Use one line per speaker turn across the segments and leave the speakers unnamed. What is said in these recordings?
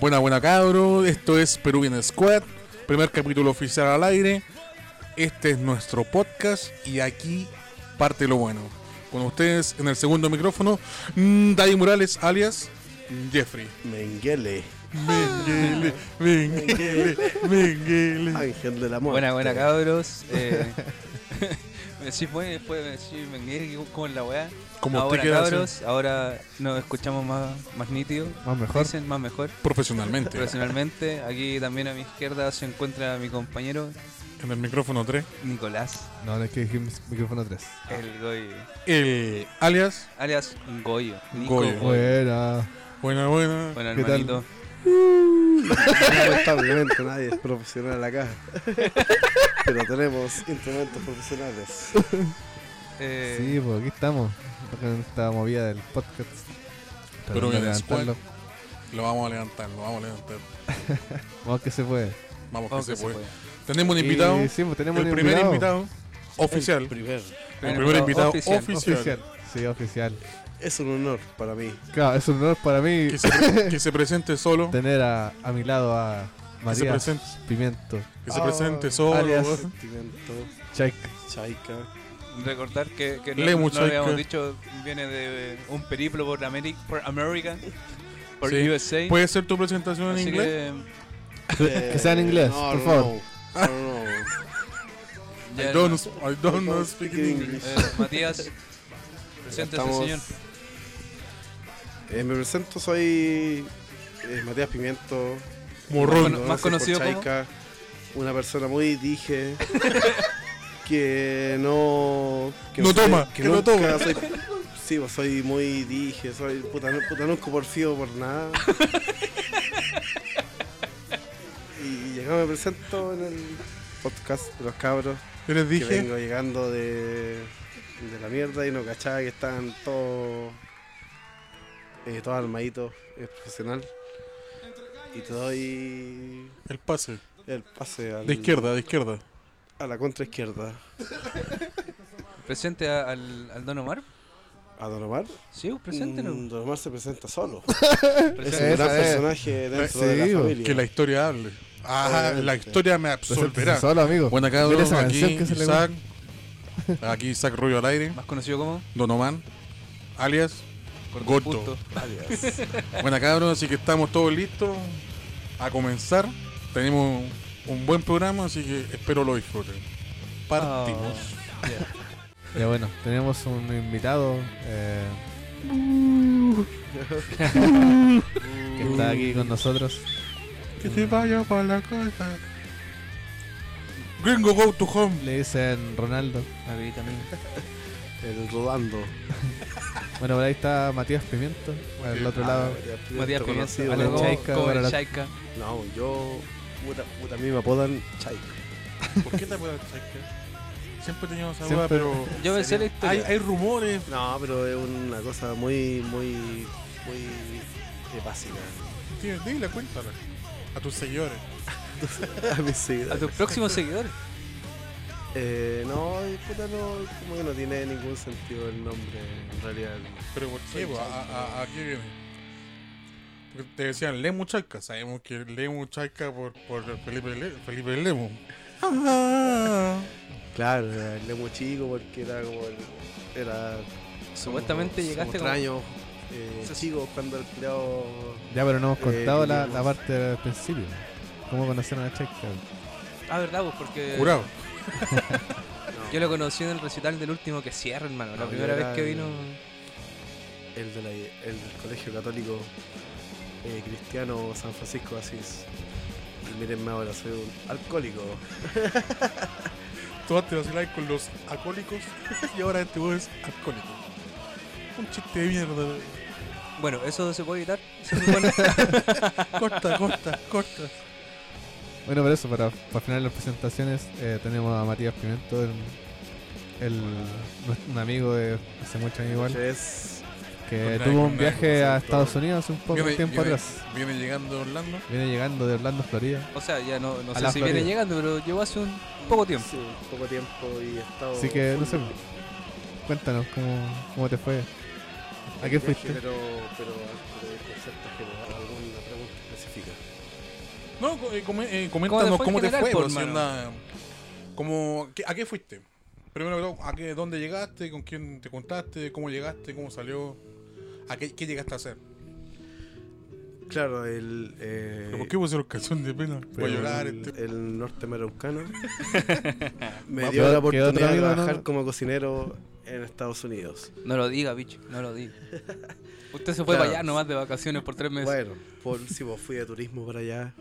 Buena, buena cabro. Esto es Peruvian Squad. Primer capítulo oficial al aire. Este es nuestro podcast y aquí parte lo bueno. Con ustedes en el segundo micrófono, mm, Daddy Morales, alias Jeffrey.
Menguele,
Menguele, menguele, menguele.
ángel del amor.
Buena, buena, cabros. Eh, me decís, bueno, y después me decís, Menguer, ¿cómo es la weá?
Como usted
ahora,
quiera hacer.
cabros, ahora nos escuchamos más, más nítido.
Más mejor.
Dicen más mejor.
Profesionalmente.
Profesionalmente, aquí también a mi izquierda se encuentra mi compañero
En el micrófono 3,
Nicolás,
No, no es que dije mis- micrófono 3.
el Goyo,
el alias.
alias Goyo. Nico
Goyo.
Buena.
Buena, buena.
Bueno,
¿Qué tal?
hermanito.
Lamentablemente nadie es profesional acá. Pero tenemos instrumentos profesionales.
Eh,
Sí, pues aquí estamos. Con esta movida del podcast.
Pero
Tratando de
bien,
levantarlo.
Lo vamos a levantar, lo vamos a levantar.
Vamos Oh, que se puede.
Vamos,
vamos
que se puede.
puede.
Tenemos un invitado.
Y sí, pues tenemos
el
un
primer
invitado.
invitado, oficial.
El primer.
El primer invitado oficial.
Oficial. Sí, oficial.
Es un honor para mí.
Claro, es un honor para mí
Que se, pre- que se presente solo.
tener a, a mi lado a María
presente.
Pimiento.
Que se
Oh,
presente solo.
alias.
weón.
Sentimiento,
Check.
chaica.
Recordar que, que no,
Lemus,
no lo habíamos
hay que-
dicho, viene de un periplo por América, por America, por
Sí. Pues
USA.
¿Puede ser tu presentación en
Así
inglés?
que,
que sea en inglés, por favor.
Eh, No, no, no.
ya,
I don't,
hermano.
I don't know speak in English.
Eh, Matías, presente
Estamos-
señor.
Eh, me presento, soy eh, Matías Pimiento.
Morrón.
Más
Me
más
conocen
conocido
por
como.
Chaika, Una persona muy dije. que no. Que
No
soy-
toma, que no
nunca
toma.
Soy, sí, pues, soy muy dije. Soy puta, nu- puta nunca porfío por nada. y acá me presento en el podcast de los cabros.
Yo les
Que
dije,
vengo llegando de, de la mierda y no cachaba que estaban todos. Eh, todos armaditos, es profesional. Y te doy
el pase.
el pase al-
De izquierda, de izquierda.
a la contra izquierda.
Presente a- al, al Don Omar.
¿A Don Omar?
Sí, pues, presente.
Mm, Don Omar se presenta solo. Es un
Presente.
gran
Esa es.
personaje dentro
Sí,
de la
bo.
familia.
pues, Que la historia hable. Ajá,
Obviamente.
la historia me
Preséntese
absolverá.
Solo, amigo.
Buena
Pues Mira
cabros,
esa
aquí
canción que se le
Isaac. Aquí Isaac Rollo al aire.
Más conocido como.
Donovan, alias. Gordo.
Cortopulto.
Buena cabros, así que estamos todos listos a comenzar. Tenemos un buen programa, así que espero lo disfruten. Partimos.
Ah, ya.
Ya bueno, tenemos un invitado eh, que está aquí con nosotros.
Que te vaya para la casa. Gringo go to home.
Le dicen Ronaldo.
El rodando.
Bueno, por ahí está Matías Pimiento, al
Ah,
otro lado.
eh,
Matías
conocido
Pimiento.
Ale
como-
Hola,
Chaika,
¿cómo
para
eres,
la-
Chaika?
No, yo. Puta, puta, a mí me apodan Chaika.
¿Por qué te apodan Chaika? Siempre teníamos esa duda,
Siempre.
pero.
Yo pensé la historia.
Hay, hay rumores.
No, pero es una cosa muy, muy, muy eh, básica.
Tío, dile, cuéntala. A tus seguidores.
A mis
A
seguidores.
tus próximos seguidores.
Eh, no, puta, no, como que no tiene ningún sentido el nombre en realidad.
¿Pero por qué? po? ¿A, pues, a- a- a qué viene? Porque te decían Lemu Chaika. Sabemos que Lemu Chaika por, por Felipe, Le- Felipe Lemu. Ah.
Claro, era el lemo chico porque era como el, era
Supuestamente llegaste como-
extraño eh,
Sí, sí.
chico cuando el criado
Ya, pero no hemos
Eh,
contado la,
digamos.
la parte del principio. ¿Cómo conocieron a Checa?
Ah, verdad, pues porque.
Curado.
Yo lo conocí en el recital del último que cierra, hermano. La
No,
primera
yo era
vez que
el-
vino.
el, de la- el del colegio católico eh, cristiano San Francisco de Asís. Y mírenme ahora, soy un alcohólico.
Tú antes vacilabas con los alcohólicos y ahora este weón es alcohólico. Un chiste de mierda.
Bueno, eso se puede evitar. se supone.
Corta, corta, corta.
Bueno, por eso, para, para finalizar las presentaciones, eh, tenemos a Matías Pimiento, el, el- un amigo de hace mucho años igual,
Es
que
Con
tuvo
Nike,
un
con Nike,
viaje a
exacto.
Estados Unidos hace un poco
Viene-
tiempo
viene-
atrás.
Viene llegando a Orlando.
Viene llegando de Orlando, Florida.
O sea, ya no, no
A
sé
la
si
Florida.
viene llegando, pero llegó hace un poco tiempo.
sí, poco tiempo y he estado.
Así que, no sé,
full
cuéntanos cómo, cómo te fue. ¿A qué
viaje,
fuiste?
Pero, pero, pero el concepto general, alguna pregunta específica.
No, co- eh, come- eh,
¿Cómo te
coméntanos
fue en
cómo te fue,
general, po,
pues, si
hermano?
onda, como, ¿qué- ¿a qué fuiste? Primero que todo, ¿a qué, dónde llegaste? ¿Con quién te contaste? ¿Cómo llegaste? ¿Cómo salió? ¿A qué, qué llegaste a hacer?
Claro, el. eh,
¿Pero ¿Por qué vos eres canción de pena? Voy a llorar.
el,
Este...
el norte meraucano me
Quedó-
dio la
quedó
oportunidad
otro
de
amigo, ¿no?
trabajar como cocinero en Estados Unidos.
No lo diga, bicho, no lo diga. Usted se fue
Claro.
para allá nomás de vacaciones por tres meses.
Bueno, por, si vos fui de turismo para allá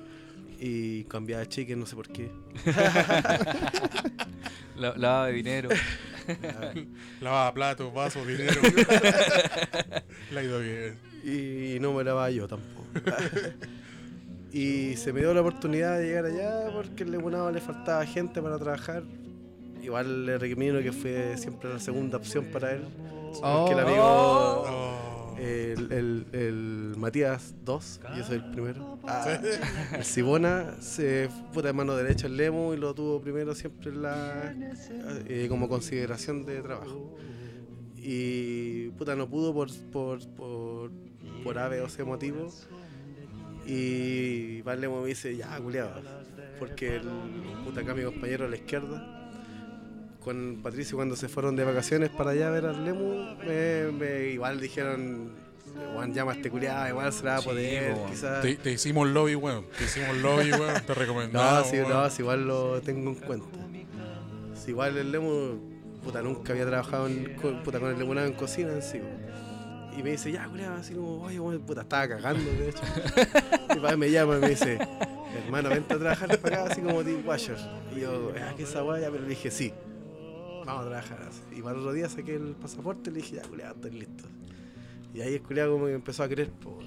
y cambiaba chicken, no sé por qué.
La- lavaba de dinero.
Lavaba platos, vasos, dinero. La ha ido bien.
Y no me lavaba yo tampoco. y se me dio la oportunidad de llegar allá porque en Legunaba le faltaba gente para trabajar. Igual le recomiendo que fue siempre la segunda opción para él. Porque el amigo,
Oh.
el, el- el Matías 2, yo soy el primero. Ah, el Sibona se fue de mano derecha el Lemo y lo tuvo primero siempre en la, eh, como consideración de trabajo. Y puta, no pudo por, por, por, por ave o sea motivo. Y Van Lemo me dice, ya, culiado. Porque el puta acá mi compañero a la izquierda con Patricio cuando se fueron de vacaciones para allá a ver al Lemu, me, me- igual dijeron, Juan llama a este culiado, igual se la va a
Sí,
poder,
po.
quizás.
Te, te hicimos lobby, weón. Te hicimos lobby, weón. Te
No,
recomendamos.
sí,
pues, weón.
no, sí, igual lo tengo en cuenta. Si igual el Lemu, puta, nunca había trabajado en, con, puta, con el Lemonado en cocina en sí, po. Y me dice, ya, culiado, así como, oye, weón, puta, estaba cagando, de hecho. Mi padre me llama y me dice, hermano, vente a trabajar para acá, así como Team Washer. Y yo, ah, que esa guaya, pero le dije, sí, vamos a trabajar. así. Y para el otro día saqué el pasaporte y le dije, ya, culiado, estoy listo. Y ahí el culiado como que empezó a creer, po.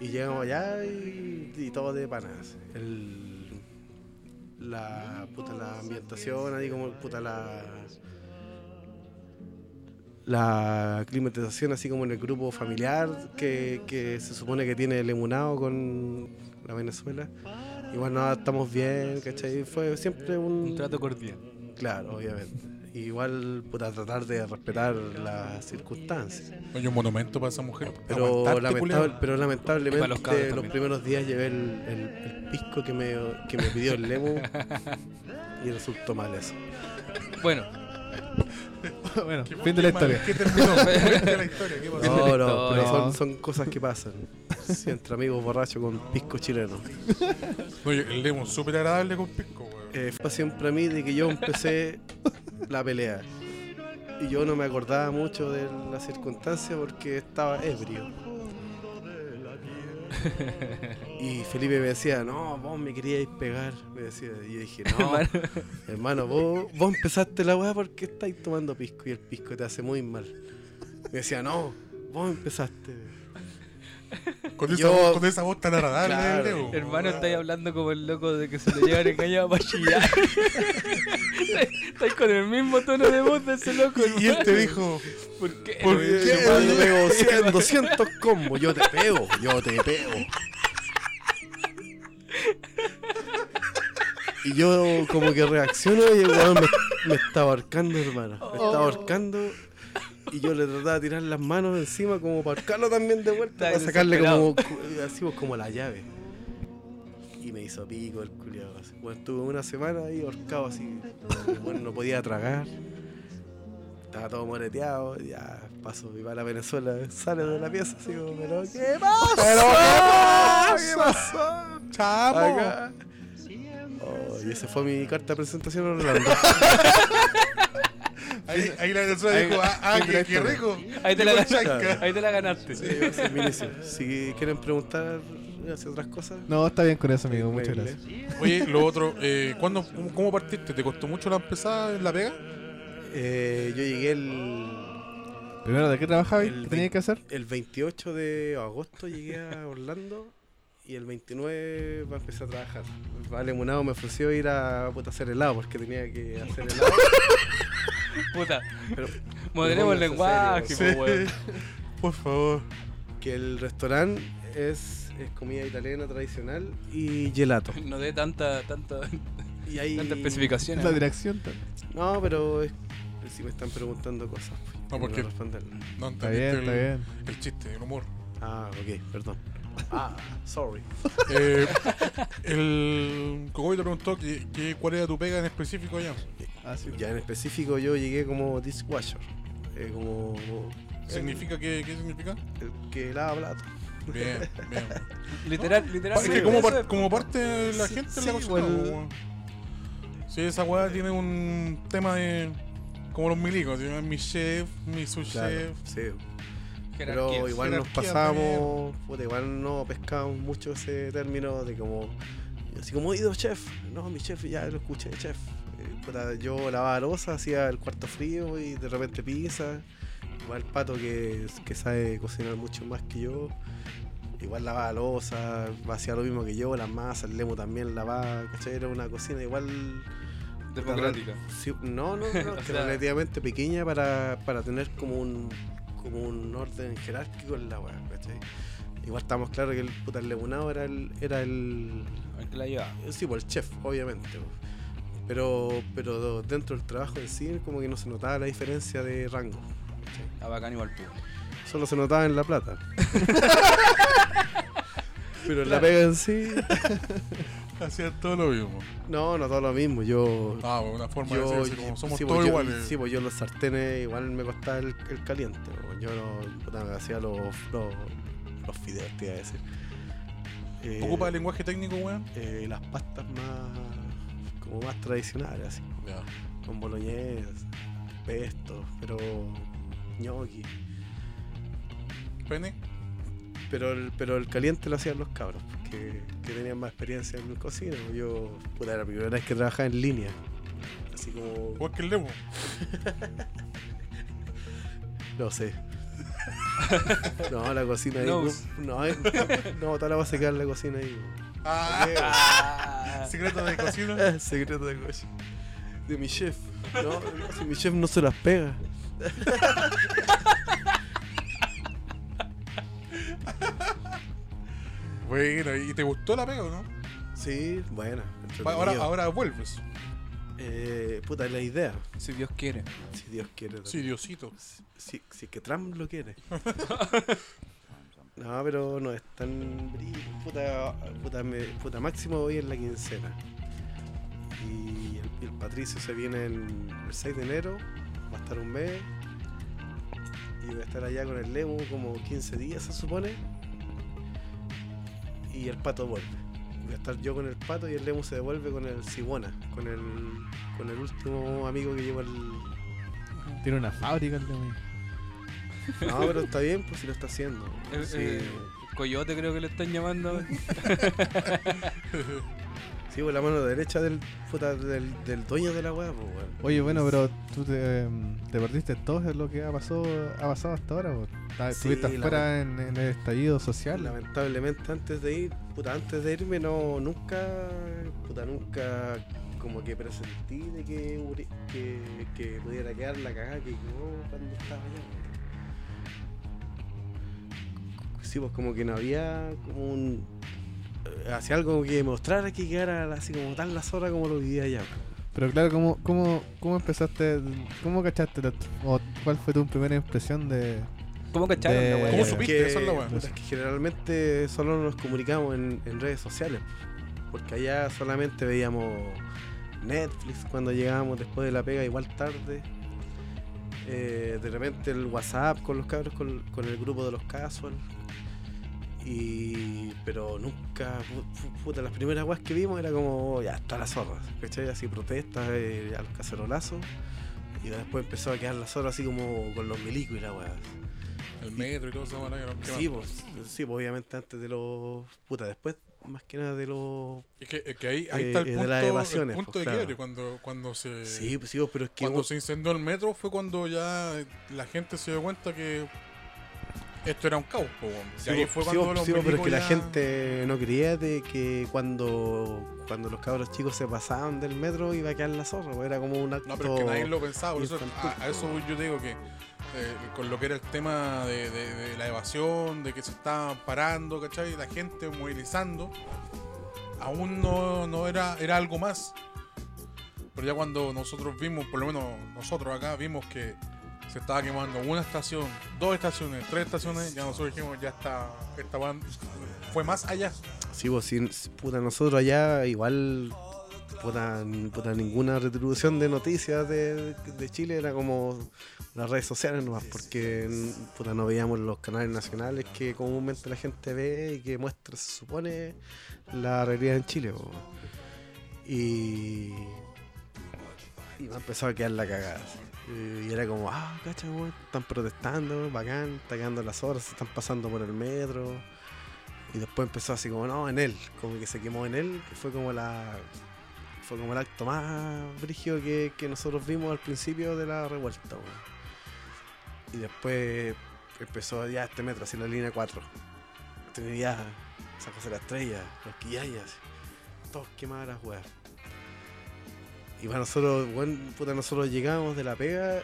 Y llegamos allá y, y todo de panas. El, la puta la ambientación, ahí como puta la la climatización así como en el grupo familiar que, que se supone que tiene el emunado con la Venezuela. Igual nos estamos bien, ¿cachai? Fue siempre
Un trato cordial.
Claro, obviamente. Igual puta tratar de respetar las circunstancias.
Oye, un monumento para esa mujer.
Pero,
Aguantaste,
lamentable,
culiao.
pero
Y
lamentablemente
para los
los,
cabros también.
primeros días llevé el, el- el pisco que me, que me pidió el Lemo y resultó mal eso.
Bueno,
bueno,
¿Qué-
fin de la
qué mal-
historia.
¿Qué terminó? Fin de la historia. ¿Qué pasó?
No, no,
historia.
pero son, son cosas que pasan. Sí, entre amigos borrachos con pisco chileno.
No, yo- el Lemon súper agradable con pisco, weón.
Eh, fue siempre a mí de que yo empecé la pelea. Y yo no me acordaba mucho de la circunstancia porque estaba ebrio. Y Felipe me decía, no, vos me queríais pegar. Me decía, y yo dije, no, hermano, vos, vos empezaste la weá porque estáis tomando pisco y el pisco te hace muy mal. Me decía, no, vos empezaste.
Con, esa,
yo-
voz- con esa voz tan agradable, del
Claro.
Lemon,
hermano,
weón.
estáis hablando como el loco de que se lo llevan engañado para chillar. estáis con el mismo tono de voz de ese loco.
Y él te
este
hermano.
dijo,
¿Por qué?
¿Por
hermano?
qué?
Yo le pego 100, 200 combos, yo te pego, yo te pego. Y yo como que reacciono y el weón me, me está ahorcando, hermano. Me
Oh.
está ahorcando. Y yo le trataba de tirar las manos encima como para ahorcarlo también de vuelta.
Está
Para sacarle
desesperado.
como, así pues, como la llave. Y me hizo pico el culiado. Bueno, estuve una semana ahí ahorcado así. Bueno, no podía tragar. Estaba todo moreteado. Ya paso mi para Venezuela. Sale de la pieza así como, pero ¿qué pasa?
¿Pero
¿Qué pasa?
chamo.
Acá. Oh, y esa fue mi carta de presentación a Orlando.
Ahí, ahí la Venezuela
Ahí-
dijo, ah, ah,
ahí
qué,
la
qué
historia.
rico.
Ahí te la
Qué
ganaste.
chanca.
Ahí te la ganaste.
Sí, ese es mi inicio. Si quieren preguntar hacia otras cosas.
No, está bien con eso, amigo. Muchas
Increíble.
gracias.
Oye, lo otro, eh, ¿cuándo, cómo, cómo partiste? ¿Te costó mucho la empezada en la pega?
Eh, yo llegué el,
Primero, ¿de qué trabajabas?
El
¿Qué tenías que hacer?
el 28 de agosto, llegué a Orlando y el 29 va a empezar a trabajar. Vale, Munado me ofreció ir a puta, hacer helado porque tenía que hacer helado.
Puta,
Pero
moderemos
Pónganse
el lenguaje, pues,
serios.
po, weón.
Por favor.
que el restaurante es, es comida italiana tradicional y gelato.
No dé tanta, tanta,
Y ahí,
tanta especificación.
La dirección. tal.
No, pero es- si me están preguntando cosas, pues,
No, porque-
responderlo.
No
Está bien,
entendiste
está
el,
bien.
el chiste, el humor.
Ah, ok, perdón. Ah, sorry.
Eh, el Cogoy te preguntó que, que cuál era tu pega en específico allá.
Ah, sí.
Ya en específico yo llegué como dishwasher. eh, como
¿Significa que, ¿Qué significa?
el que lava platos.
Bien, bien.
Literal, literal.
Es que
sí,
como,
eso
par-
es.
como parte de la
Sí,
gente en
sí,
la cocina,
igual.
po, weón. Sí, esa weá tiene un tema de. Como los milicos, tiene mi chef, mi sous
Claro,
chef.
sí.
Jerarquías.
Pero igual nos
jerarquía
pasamos, puta, igual no pescamos mucho ese término de como, así como ido chef, no, mi chef, ya lo escuché, chef. Eh, puta, yo lavaba losa, hacía el cuarto frío y de repente pizza. Igual Pato que, que sabe cocinar mucho más que yo. Igual lavaba losa, hacía lo mismo que yo, las masas, el Lemo también lavaba, ¿cachai? Era una cocina igual
Democrática.
Sí, no, no, no, que
sea-
relativamente pequeña para, para tener como un, como un orden jerárquico en la weá, ¿cachai? Igual estamos claros que el puta el lemonado era el, era el.
El que la lleva.
Sí, pues el chef, obviamente. pues. Pero, pero dentro del trabajo en sí, como que no se notaba la diferencia de rango.
A bacán igual tú.
Solo se notaba en la plata. pero en la pega en sí.
Hacía todo lo mismo.
No, no todo lo mismo. Yo,
Ah, bueno, una forma de
Yo,
decir, así como somos
sí, pues,
todos
yo-
iguales.
Sí, pues yo los sartenes igual me costaba el, el caliente. pues, Yo no, puta, me hacía los, los, los fideos, te iba a decir. Eh,
Ocupa el lenguaje técnico, weón.
eh, las pastas más como más tradicionales, así,
Ya.
con boloñés, pesto, pero ñoqui.
Pene.
Pero el, pero el caliente lo hacían los cabros, que, que tenían más experiencia en cocina. pues Yo, puta, era la primera vez que trabajaba en línea. Así como,
Igual que el Lemo.
No sé. No, la cocina ahí.
No.
No, no, eh, no, toda la vas a quedar en la cocina ahí.
Ah, secreto de cocina.
Ah, Secreto de cocina. De mi chef. No, no, si mi chef no se las pega.
Bueno, ¿y te gustó la pega o no?
Sí, buena.
Pa- Ahora,
entretenido.
ahora vuelves.
Eh, puta, es la idea.
Si Dios quiere.
Si Dios quiere.
Sí, Diosito.
Si, si, si es que Trump lo quiere. No, pero no es tan brillo. Puta, puta, me- puta, máximo hoy en la quincena. Y el, y el Patricio se viene el, el 6 de enero, va a estar un mes. Y voy a estar allá con el Lemo como 15 días, se supone. Y el pato vuelve. Voy a estar yo con el pato y el Lemo se devuelve con el Sibona, con el, con el último amigo que llevo el,
Tiene una fábrica el de mí.
no, pero está bien, pues si lo está haciendo.
El,
Sí,
eh, Coyote creo que le están llamando.
sí, pues la mano derecha del, puta, del, del dueño de la weá, pues weón.
Oye, bueno, pero tú te, em, te perdiste todo lo que ha pasado, ha pasado hasta ahora. po. Ta-
Sí,
Estuviste
la-
afuera en, en el estallido social.
Lamentablemente antes de ir, puta, antes de irme no, nunca, puta, nunca como que presentí de que, hubiera- que, que pudiera quedar la cagada que quedó cuando estaba allá. weón. Sí, pues como que no había como un... Hacía algo que mostrara que quedara así como tan la zorra como lo vivía allá. weón.
Pero claro, ¿cómo, cómo, cómo empezaste? ¿Cómo cachaste? la- o ¿Cuál fue tu primera impresión de...?
¿Cómo cacharon la
De-
weá?
¿Cómo
ya.
supiste?
que,
Esa es la weá.
puta, es que generalmente solo nos comunicamos en, en redes sociales. Porque allá solamente veíamos Netflix cuando llegábamos después de la pega, igual tarde. Eh, de repente el WhatsApp con los cabros, con, con el grupo de los casual. Y, pero nunca, pu- pu- puta, las primeras guas que vimos era como, "Oh, ya, está la zorra, ¿cachai? Así protestas eh, a los cacerolazos. Y después empezó a quedar la zorra así como con los milicos y la weá.
El metro y todo eso. bueno, que no- que
Sí,
no.
pues, sí, pues, obviamente antes de los. Puta, después, más que nada de los.
Es que, es que ahí, ahí está el
Eh, eh, de
punto,
las
el
evasiones,
punto
pues,
de quiebre.
claro.
Cuando, cuando se.
Sí, pues, sí, pues, pero es que.
Eh, Cuando se incendió el metro fue cuando ya la gente se dio cuenta que esto era un caos. po, weón.
Sí,
Y ahí
pues,
fue
sí,
cuando
pues,
los
sí, pues, pero es
milicos
que la
ya-
gente no creía de que cuando, cuando los cabros chicos se pasaban del metro iba a quedar la zorra, pues, era como un acto.
No, pero es que nadie lo pensaba. por eso-
infantil,
a, a eso yo te digo que eh, con lo que era el tema de, de- de la evasión, de que se estaban parando, ¿cachai? La gente movilizando, aún no, no era, era algo más. Pero ya cuando nosotros vimos, por lo menos nosotros acá, vimos que Se estaba quemando una estación, dos estaciones, tres estaciones. Ya nosotros dijimos, ya está. Esta banda fue más allá.
Sí, vos, sin, puta, nosotros allá igual, puta, ni- puta, ninguna retribución de noticias de, de Chile era como las redes sociales nomás, porque mm, puta, no veíamos los canales nacionales que comúnmente la gente ve y que muestra, se supone, la realidad en Chile. po. Y, y me empezó a quedar la cagada. así. Y era como, ah, cacha, weón, están protestando, bacán, están quedando las horas, se están pasando por el metro. Y después empezó así como, no, en él, como que se quemó en él, que fue como la fue como el acto más brígido que, que nosotros vimos al principio de la revuelta, weón. Y después empezó ya este metro, así la línea 4. Trinidad, San José de la Estrella, Los Quillayas, todos quemadas las weas. Y para nosotros, weón, puta, nosotros llegábamos de la pega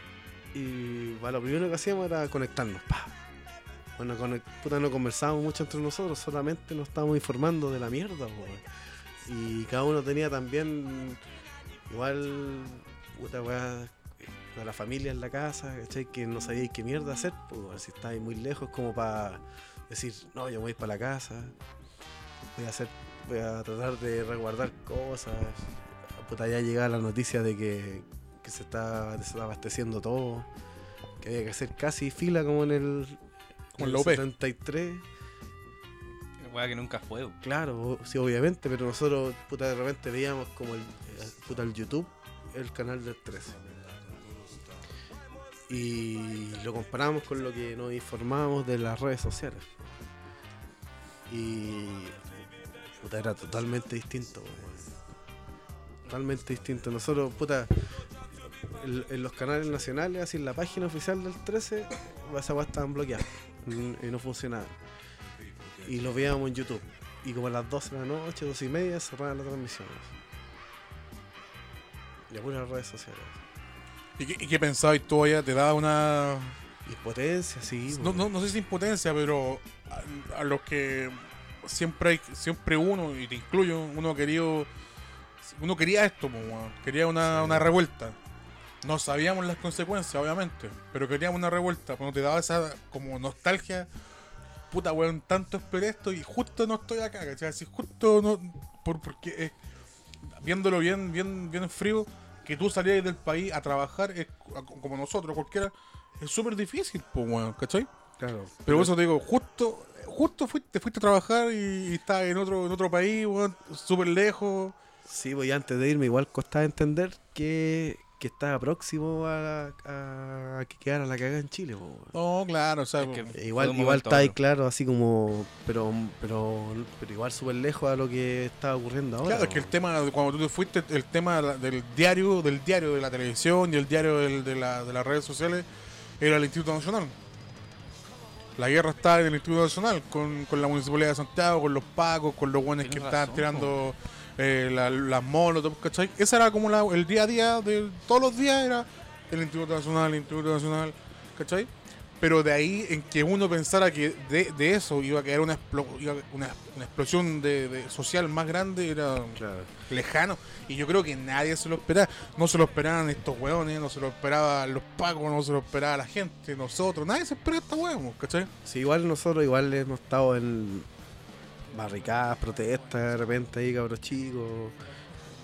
y pa, lo primero que hacíamos era conectarnos, pa. Bueno, con el- puta, no conversábamos mucho entre nosotros, solamente nos estábamos informando de la mierda, weón. Y cada uno tenía también, igual, puta weá, a la familia en la casa, ¿cachai? Que no sabíais qué mierda hacer, pues, weón. si estáis muy lejos, como para decir, no, yo voy para la casa, voy a hacer, voy a tratar de resguardar cosas. Puta, ya llegaba la noticia de que, que se está desabasteciendo todo, que había que hacer casi fila como en el,
Como en
en
la
el
UP.
73.
Weá que nunca fue. weón.
Claro, o- sí, obviamente, pero nosotros, puta, de repente veíamos como el, eh, puta, el YouTube, el canal del 13. Y lo comparamos con lo que nos informábamos de las redes sociales. Y. Puta, era totalmente distinto, weón. Totalmente distinto. Nosotros, puta, en, en los canales nacionales, así en la página oficial del 13, esas weas estaban bloqueadas y no funcionaban. Y lo veíamos en YouTube. Y como a las 12 de la noche, 12 y media, cerraban la transmisión. Y a puras redes sociales.
¿Y qué, y qué pensabais tú allá? ¿Te da una.?
Y potencia, sí. pues.
No,
bueno.
no, no sé si impotencia, pero a, a los que siempre hay, siempre uno, y te incluyo, uno querido. Uno quería esto, po, weón. quería una,
Sí.
una revuelta. No sabíamos las consecuencias, obviamente, pero queríamos una revuelta, pero te daba esa como nostalgia. Puta, weón, tanto esperé esto y justo no estoy acá, ¿cachai? Si justo no. Por, porque eh, viéndolo bien, bien, bien frío, que tú salías del país a trabajar, es co- como nosotros, cualquiera, es súper difícil, pues, weón, ¿cachai?
Claro.
Pero por eso te digo, justo, justo fuiste, fuiste a trabajar y, y estás en otro, en otro país, weón, súper lejos.
Sí, pues y antes de irme, igual costaba entender que, que estaba próximo a, a- a que quedara la cagada en Chile. po, weón.
No, claro, o sea,
Es que-
po-
E
Fue de
Igual,
un
igual
momento a
está ahí,
otro.
claro, así como. Pero pero, pero igual súper lejos a lo que estaba ocurriendo ahora.
claro, es que el
po.
tema, cuando tú te fuiste, el tema de la- del diario, del diario de la televisión y el diario del- de, la- de las redes sociales era el Instituto Nacional. La guerra está en el Instituto Nacional, con, con la Municipalidad de Santiago, con los pacos, con los guanes que
Tienes
estaban
razón,
tirando eh, la- las molotov, ¿cachai? Ese era como la- el día a día, de todos los días era el Instituto Nacional, el Instituto Nacional, ¿cachai? Pero de ahí en que uno pensara que de, de eso iba a quedar una, explo- iba a- una, una explosión de, de social más grande era
pues. Claro.
lejano. Y yo creo que nadie se lo esperaba. No se lo esperaban estos hueones, no se lo esperaban los pacos, no se lo esperaba la gente, nosotros. Nadie se espera esta hueón, ¿cachai?
Sí, igual nosotros igual hemos estado en barricadas, protestas, de repente ahí cabros chicos,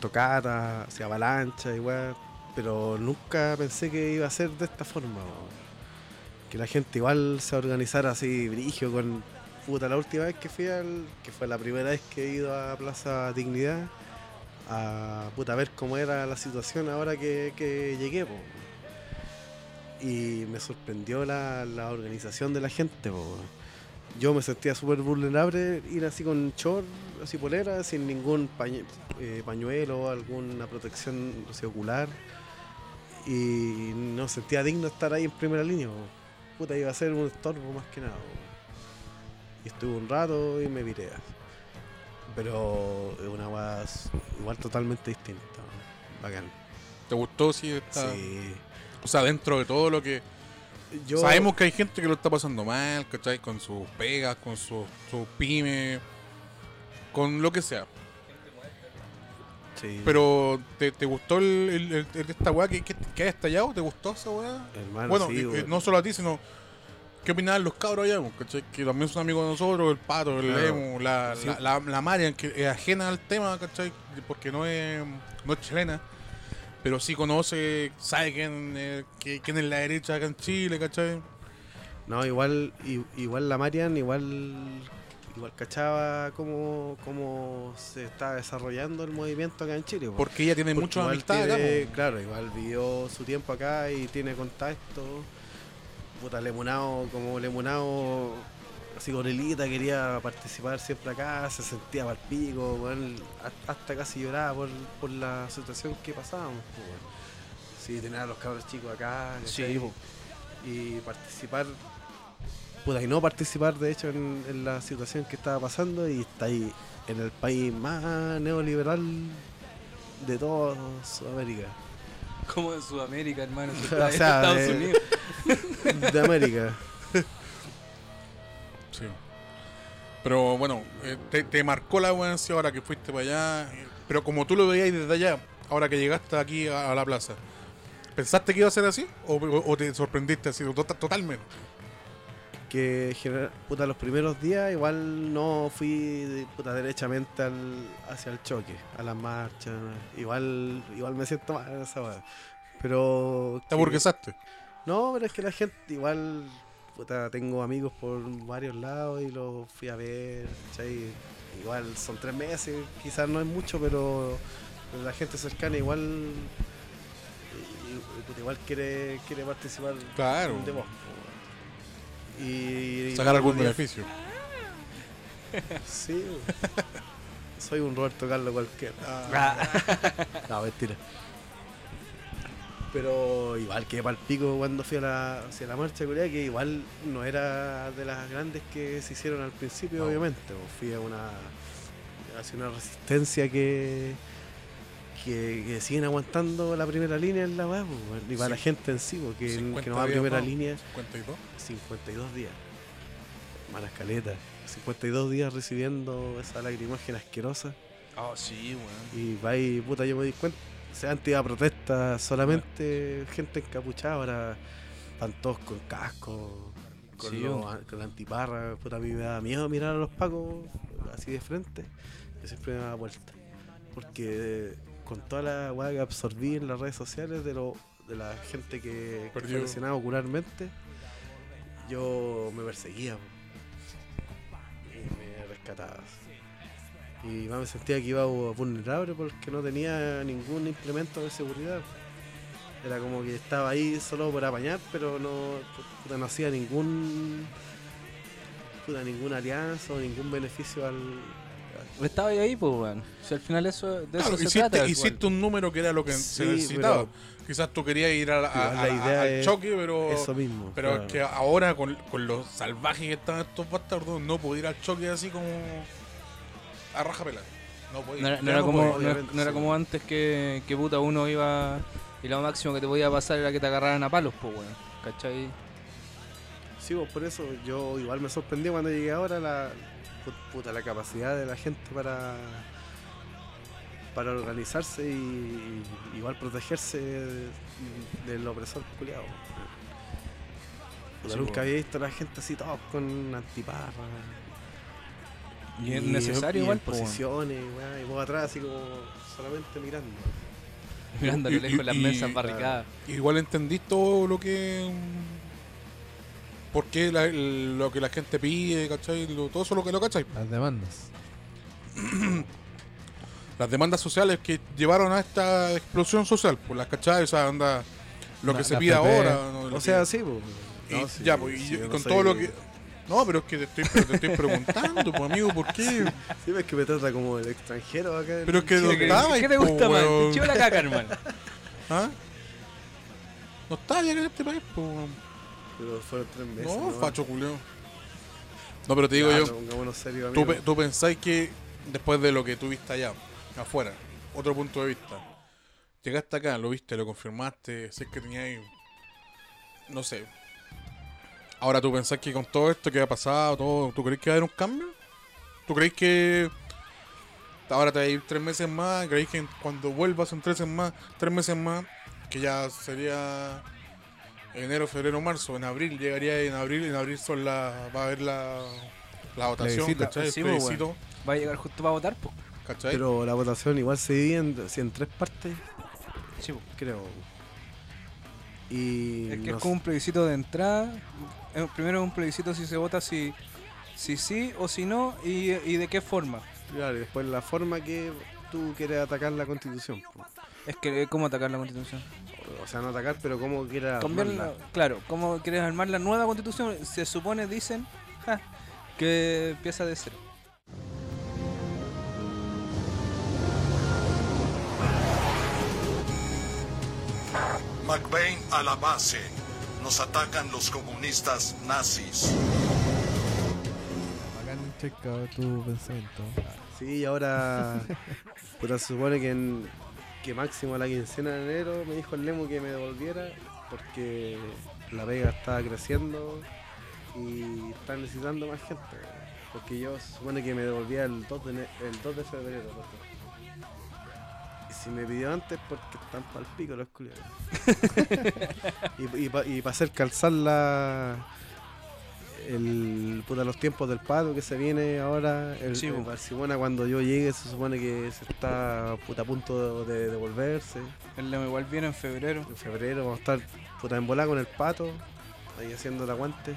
tocatas, hacia avalanchas igual, pero nunca pensé que iba a ser de esta forma. weón. Que la gente igual se organizara así brigio con puta la última vez que fui al que fue la primera vez que he ido a Plaza Dignidad a puta ver cómo era la situación ahora que, que llegué, po y me sorprendió la, la organización de la gente. po, weón. Yo me sentía súper vulnerable ir así con short, así polera, sin ningún pañe- eh, pañuelo, alguna protección no sé, ocular. Y no sentía digno estar ahí en primera línea. po. Puta, iba a ser un estorbo más que nada. po. Y estuve un rato y me viré. Pero es una weá s- igual totalmente distinta. weón. Bacán.
¿Te gustó si está?
Sí.
O sea, dentro de todo lo que.
Yo-
Sabemos que hay gente que lo está pasando mal, ¿cachai? Con sus pegas, con sus sus pymes, con lo que sea.
Sí.
Pero, ¿te, te gustó el, el- el- el de esta weá que, que, que haya estallado? ¿Te gustó esa weá?
Hermano,
bueno,
sí,
y- y
weón.
no solo a ti, sino. ¿Qué opinaban los cabros allá? weón? ¿Cachai? Que también son amigos de nosotros, el pato, el
Claro.
Lemo, la,
Sí.
la, la, la Marian, que es ajena al tema, ¿cachai? Porque no es, no es chilena, pero sí conoce, sabe quién, eh, que- quién es la derecha acá en Chile, ¿cachai?
No, igual, i- igual la Marian, igual, igual cachaba cómo, cómo se está desarrollando el movimiento acá en Chile. po.
Porque ella tiene
Porque
muchas
igual
amistades acá,
tiene-
weón.
Claro, igual vivió su tiempo acá y tiene contacto. Puta, Lemonado, como Lemonado, así con Elita, quería participar siempre acá, se sentía para pico, weón, ha- hasta casi lloraba por, por la situación que pasábamos. po, weón. Sí, tener a los cabros chicos acá.
Sí,
¿cachai?
po.
Y participar. Puta, y no participar, de hecho, en, en la situación que estaba pasando y está ahí en el país más neoliberal de toda Sudamérica.
Como en Sudamérica, hermano.
O
si está en
sea,
Estados
eh,
Unidos.
De América.
Sí. Pero bueno, eh, te, te marcó la evidencia ahora que fuiste para allá. eh, Pero como tú lo veías desde allá, ahora que llegaste aquí a, a la plaza, ¿pensaste que iba a ser así? ¿O, o- o te sorprendiste así to- totalmente?
que genera- puta, los primeros días igual no fui de- puta, derechamente al- hacia el choque, a las marchas. Igual, igual me siento mal en esa weá. Pero.
¿Te aburguesaste?
No, pero es que la gente igual. Puta, tengo amigos por varios lados y los fui a ver, ¿cachai? Igual son tres meses, quizás no es mucho, pero la gente cercana igual. i- i- puta, igual quiere, quiere participar
Claro.
de vos. po, weón. Y, y-
Sacar algún
y-
beneficio.
Sí. weón. Soy un Roberto Carlos cualquiera.
Ah,
No, mentira. Pero igual que para pico cuando fui a la, hacia la marcha coreana, que igual no era de las grandes que se hicieron al principio,
No.
obviamente. pues, fui a una, hacia una resistencia que, que, que siguen aguantando la primera línea en la web. Y para la
Sí.
gente en sí, pues, que, que
50
no va a
días
primera
más.
línea,
52.
52 días. Malas caletas. 52 días recibiendo esa lagrimagen asquerosa.
oh, sí, weón.
Y va y puta, yo me di cuenta. Se han tirado protestas solamente gente encapuchada, ahora están todos con casco, con,
Sí,
los-
weón.
con la antiparra. Puta, a mí me da miedo mirar a los pacos así de frente. Yo siempre me da vuelta. Porque con toda la weá que absorbí en las redes sociales de, lo, de la gente que, que fue
Perdió.
lesionada ocularmente, yo me perseguía. po. Y me rescataba. Y más me sentía que iba vulnerable porque no tenía ningún implemento de seguridad. Era como que estaba ahí solo por apañar, pero no, puta, no hacía ningún puta, ninguna alianza o ningún beneficio al.
Pero estaba ahí, pues, weón. Si al final eso, de
Claro,
eso se
hiciste,
trata. igual.
hiciste un número que era lo que se
Sí,
necesitaba. Quizás tú querías ir a, la- a-
Igual la
a-
idea
al
es
choque, pero.
eso mismo.
Oh, Pero
claro.
es que ahora, con, con los salvajes que están estos bastardos, no puedo ir al choque así como. a raja pelada. No puedo ir.
No era, no
Ya
era
no
como,
puedo.
no era-
obviamente,
no era
sí.
como antes que, que puta uno iba y lo máximo que te podía pasar era que te agarraran a palos, pues weón. ¿Cachai?
Sí, pues, por eso yo igual me sorprendí cuando llegué ahora la pu- puta, la capacidad de la gente para para organizarse y y igual protegerse de- del opresor culiado.
Sí,
nunca
po.
había visto a la gente así todos con antiparra.
Y es necesario
y
igual,
en
pues, weón.
posiciones, weá, y vos atrás así como solamente mirando.
Mirando a
Y-
lo
y-
lejos las
y-
mesas barricadas.
Igual entendí todo lo que. mm, ¿Por qué la- el- lo que la gente pide, cachai? Lo- todo eso lo que lo cachai.
Las demandas.
Las demandas sociales que llevaron a esta explosión social, pues las cachai, o sea, anda. Lo
La-
que se
la
pide
PP.
ahora. ¿no? Lo
E. O
que-
sea, sí, pues.
y,
No, sí,
ya, pues, y
sí,
yo-
yo
y
no
con
soy-
todo lo que. No, pero es que te estoy, pero te estoy preguntando, pues amigo, ¿por qué?
Sí, es que me trata como el extranjero acá. en
Pero es que
Chile.
no estaba,
¿Qué te
po,
gusta más?
weón.
¿Te chivo la caca, hermano?
¿Ah? No está ya en este país, pues. weón.
Pero fueron tres meses.
No,
nomás.
facho culeo. No, pero te digo
Ya,
yo.
no, pongámonos serios,
¿Tú,
amigo.
pe- tú pensáis que después de lo que tú viste allá, afuera, otro punto de vista, llegaste acá, lo viste, lo confirmaste, sé que teníais, no sé. Ahora tú pensás que con todo esto que ha pasado, todo, ¿tú crees que va a haber un cambio? ¿Tú crees que ahora te vas a ir tres meses más, creéis que cuando vuelvas son tres meses más, tres meses más, que ya sería enero, febrero, marzo, en abril, llegaría en abril, en abril son la, va a haber la, la votación,
Plebiscito.
¿cachai? El
Sí, pues,
plebiscito,
Va a llegar justo para votar, pues.
¿cachai?
Pero la votación igual se divide en, si en tres partes,
Sí, pues.
creo. Y
Es que
no
es
sé.
como un plebiscito de entrada. Eh, Primero es un plebiscito si se vota si si sí o si no y, y de qué forma.
Claro, y después la forma que tú quieres atacar la constitución. po.
Es que eh, cómo atacar la constitución.
O sea, no atacar, pero cómo quieres
Cambiar la-
armarla.
claro, cómo quieres armar la nueva constitución. Se supone, dicen, ja, que empieza de cero.
McBain a la base. Nos atacan los comunistas nazis.
Bacán, checa tu pensamiento.
Sí, y ahora. puta, se supone que, en- que máximo a la quincena de enero me dijo el Lemo que me devolviera porque la pega está creciendo y está necesitando más gente. Porque yo se supone que me devolvía el 2 de, ene- el 2 de febrero. loco. Y si me pidió antes, porque están pal pico los culiados. y para hacer calzar la. El, puta, los tiempos del paro que se viene ahora. El,
Sí,
el
po.
Barcelona, cuando yo llegue, se supone que se está puta, a punto de, de devolverse.
El lema igual viene en febrero.
En febrero vamos a estar puta en bola con el pato, ahí haciendo el aguante.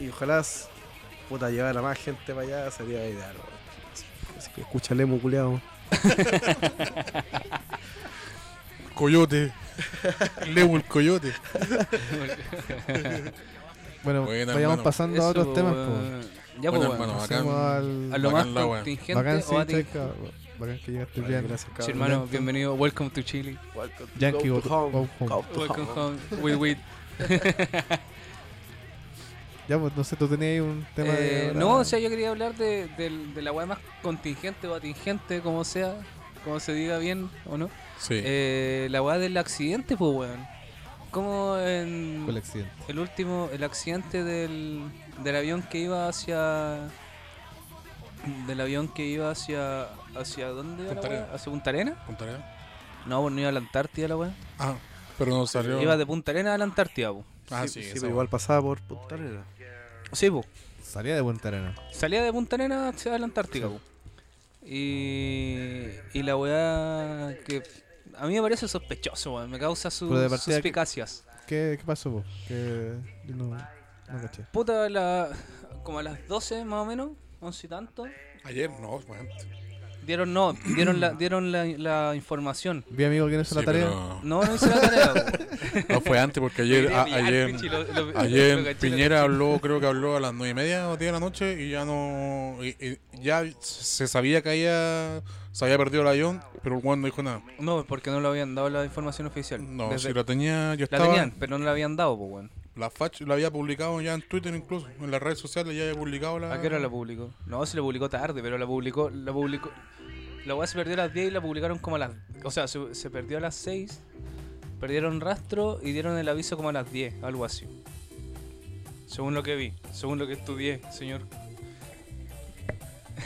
Y ojalá s- puta llevar a más gente para allá sería ideal. weón. Así que escúchale, culeado.
Coyote. Leo el coyote.
Bueno,
Bueno,
vayamos
hermano.
pasando a
Eso,
otros temas. po.
eh, Ya, pues,
Bueno,
bueno,
hermano,
Pasemos
bacán.
al-
a lo
bacán la
más
wea.
contingente
Bacán,
o a
sí,
ti.
checa. Bacán que llegaste
Vale,
bien.
gracias,
Sí,
cabrón.
hermano, bienvenido. Welcome to Chile.
Welcome to-
Yankee,
go
go,
to home.
go home.
Go to
Welcome
home.
home. We with.
Ya, pues, no sé, tú tenías ahí un tema de...
Eh, no, o sea, yo quería hablar de, del- de la weá más contingente o atingente, como sea, como se diga bien o no.
Sí.
Eh, la weá del accidente, pues weón. Como en
Con el accidente.
el último, el accidente del, del avión que iba hacia. Del avión que iba hacia. ¿Hacia dónde? iba la
Punta
weá?
Arenas.
¿Hacia Punta Arena?
Punta Arenas.
No, pues no iba a la Antártida la weá.
Ah, pero no salió.
Iba de Punta Arena a la Antártida, pues.
Ah,
Sí,
sí,
sí,
esa
pero igual pasaba por Punta Arenas.
Sí, pues.
Salía de buen terreno.
Salía de Punta Arena hacia la Antártica, po. Y, y la weá que a mí me parece sospechoso, weón. Me causa sus
Pero de partida que-
suspicacias.
¿Qué, qué pasó, vos? Que yo no, no caché.
Puta, la, como a las 12 más o menos, 11 y tanto,
wea. Ayer no, bueno.
dieron no, dieron la, dieron la, la información.
Vi amigo quién hizo
Sí,
la tarea.
pero
No, no hice la tarea, po.
No fue antes porque ayer,
Quería
a-
pillar,
ayer,
pichi, lo- lo- lo
ayer
caché,
Piñera habló, creo que habló a las nueve y media o diez de la noche y ya no, y- y ya se sabía que había, se había perdido el avión, pero Juan no dijo nada.
No, pues, porque no le habían dado la información oficial.
No,
Desde-
si la tenía, yo
la
estaba,
tenían, pero no la habían dado, pues, weón.
la Fach la había publicado ya en Twitter incluso, en las redes sociales ya había publicado la.
¿A qué hora la publicó? No, se la publicó tarde, pero la publicó. La publicó. La weá se perdió a las 10 y la publicaron como a las. O sea, se, se perdió a las 6. Perdieron rastro y dieron el aviso como a las 10, algo así. Según lo que vi, según lo que estudié, señor.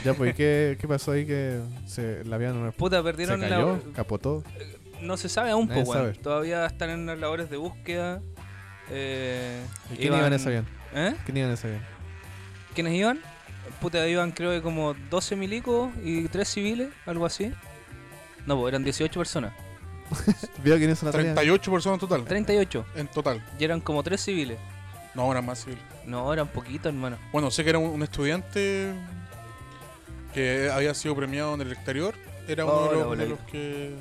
Ya, pues, ¿y qué, qué pasó ahí que se, la habían... una-
Puta,
Se
perdieron
cayó,
la.
capotó.
No se sabe aún,
Nadie
pues, weón.
sabe.
Todavía están en las labores de búsqueda. Eh,
¿Y quién iba en ese avión?
¿Eh?
¿Quién iba en ese avión?
¿Quiénes iban? Puta, iban creo que como 12 milicos y 3 civiles, algo así. No, pues eran 18 personas.
Veo quién hizo la tarea.
38 personas en total,
38.
en total.
Y eran como tres civiles.
No, eran más civiles.
No, eran poquitos, hermano.
Bueno, sé que era un, un estudiante que había sido premiado en el exterior. Era uno de
Hola,
los,
hola,
de los que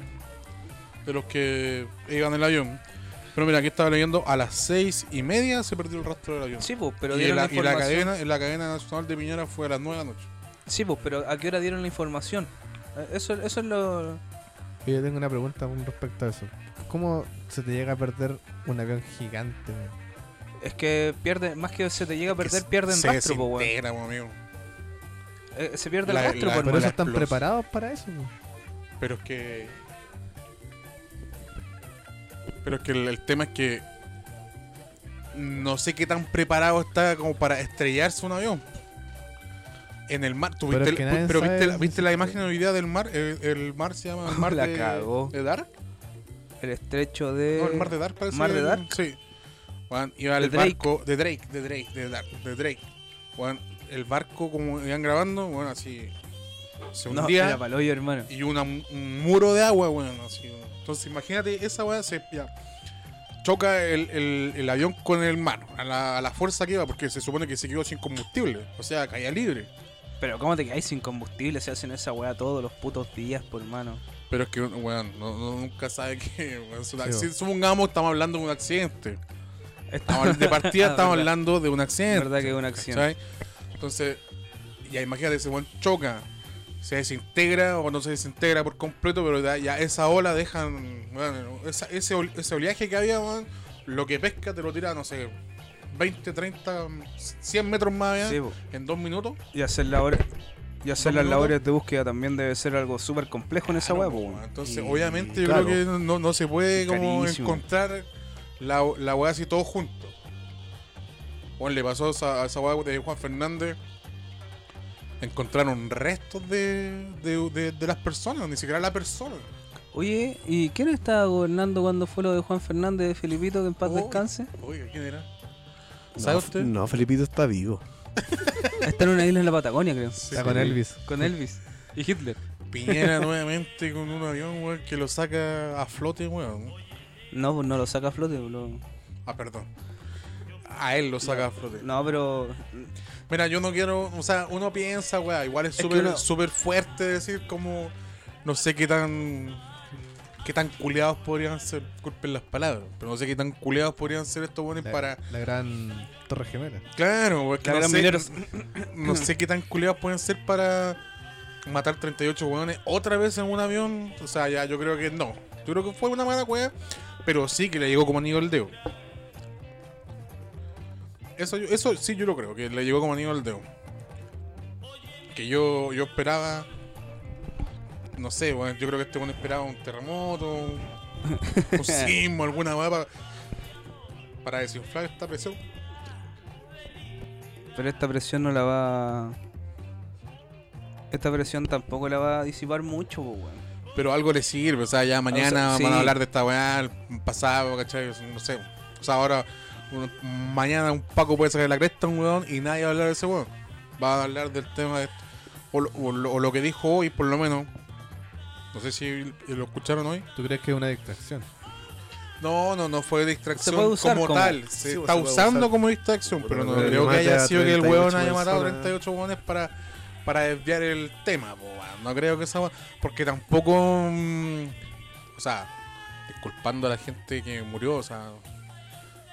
de los que iban en el avión. Pero mira, aquí estaba leyendo a las seis y media se perdió el rastro del avión.
Sí, pues, pero
y,
dieron
la,
la,
y la
información.
cadena, en la cadena nacional de Piñera fue a las nueve de la noche.
Sí, pues, pero ¿a qué hora dieron la información? Eh, Eso, eso es lo...
Oye, Yo tengo una pregunta con respecto a eso. ¿Cómo se te llega a perder un avión gigante? weón?
Es que pierde, más que se te llega a perder,
Que
pierden
se
rastro, po, weón.
desintegra, po, amigo.
Eh, se pierde
La-
el rastro,
la-
po,
¿Por
hermano.
eso están
explos-
preparados para eso? weón?
Pero es que. Pero es que el, el tema es que. No sé qué tan preparado está como para estrellarse un avión. En el mar, ¿tú
Pero
viste,
es que
el-
nadie
pero viste
sabe
la, viste la
si-
imagen hoy día del mar? El, el mar se llama el mar
La
de,
cagó.
de Dark.
El estrecho de.
No, el mar de Dark parece.
¿Mar de Dark?
Sí. Juan, iba el
De Drake.
barco de Drake, de Drake, de Dark, de Drake. Juan, el barco como iban grabando, bueno, así se
No,
hundía
era paloyo, hermano.
y una, un muro de agua, bueno, así. Entonces imagínate, esa weá se ya, choca el, el- el avión con el mar, a la, a la fuerza que iba, porque se supone que se quedó sin combustible, o sea, caía libre.
Pero ¿cómo te quedáis sin combustible? Se hacen esa weá todos los putos días, pues, por mano.
Pero es que, weón, no, no- nunca sabe que. weón, es un
Sí,
accidente.
weón.
Supongamos estamos hablando de un accidente. Estamos- de partida
Ah,
estamos
verdad.
hablando de un
Es
accidente.
verdad que es una acción.
¿cachai? Entonces, ya imagínate, ese weón choca, se desintegra o no se desintegra por completo, pero ya, ya esa ola dejan. Bueno, esa- ese, ol- ese oleaje que había, weón, lo que pesca te lo tira, no sé, 20, 30, 100 metros más allá
Sí, po.
en dos minutos.
Y hacer labores. Y hacer las
minutos.
labores de búsqueda también debe ser algo súper complejo en esa
Ah,
weá,
no,
po,
pues,
weón.
Entonces,
Y-
obviamente, yo
claro.
creo que no, no se puede como
Carísimo.
encontrar la, la weá así todos juntos. Bueno, le pasó a esa, a esa weá de Juan Fernández. Encontraron restos de, de, de- de las personas, ni siquiera la persona.
Oye, ¿y quién estaba gobernando cuando fue lo de Juan Fernández de Felipito, que en paz
Oh.
descanse?
Oiga, ¿quién era? ¿Sabe
No,
usted?
no, Felipito está vivo.
Está en una isla en la Patagonia, creo.
Está con Elvis.
Con Elvis y Hitler.
Piñera nuevamente con un avión, weón, que lo saca a flote, weón.
No, pues no lo saca a flote. Lo...
Ah, perdón. A él lo saca a flote.
No, pero.
Mira, yo no quiero, o sea, uno piensa, weá, igual es
Es que
súper
uno-
súper fuerte decir como, no sé qué tan, qué tan culeados podrían ser, disculpen las palabras, pero no sé qué tan culeados podrían ser estos buenos
La,
para,
la gran Torre Gemela.
claro, porque
La
no
gran
sé,
mineros.
no sé qué tan culeados pueden ser para matar 38 hueones otra vez en un avión, o sea, ya yo creo que no, yo creo que fue una mala wea, pero sí que le llegó como anillo al dedo. Eso, yo- eso sí yo lo creo, que le llegó como anillo al dedo. Que yo, yo esperaba, no sé, weón, yo creo que este bueno esperaba un terremoto, un un sismo, alguna weá para, para desinflar esta presión.
Pero esta presión no la va. Esta presión tampoco la va a disipar mucho, pues, weón.
Pero algo le sirve, o sea, ya mañana
O sea, sí.
van a hablar de esta weá, el pasado, ¿cachai? No sé. O sea, ahora, un- mañana un Paco puede sacar la cresta a un weón y nadie va a hablar de ese weón. Va a hablar del tema de esto. O, lo- o lo- o lo que dijo hoy, por lo menos. No sé si lo escucharon hoy.
¿Tú crees que es una distracción?
No, no, no fue distracción
Se puede usar
como,
como-
tal. Se
Sí,
está
se puede
usando
usar.
como distracción, pero,
Pero
no
no le
creo que
mata
haya
a
sido que el
38
huevón haya matado a
personas.
38 huevones para, para desviar el tema. po, weón. no creo que esa hue- Porque tampoco. mm, o sea, disculpando a la gente que murió, o sea.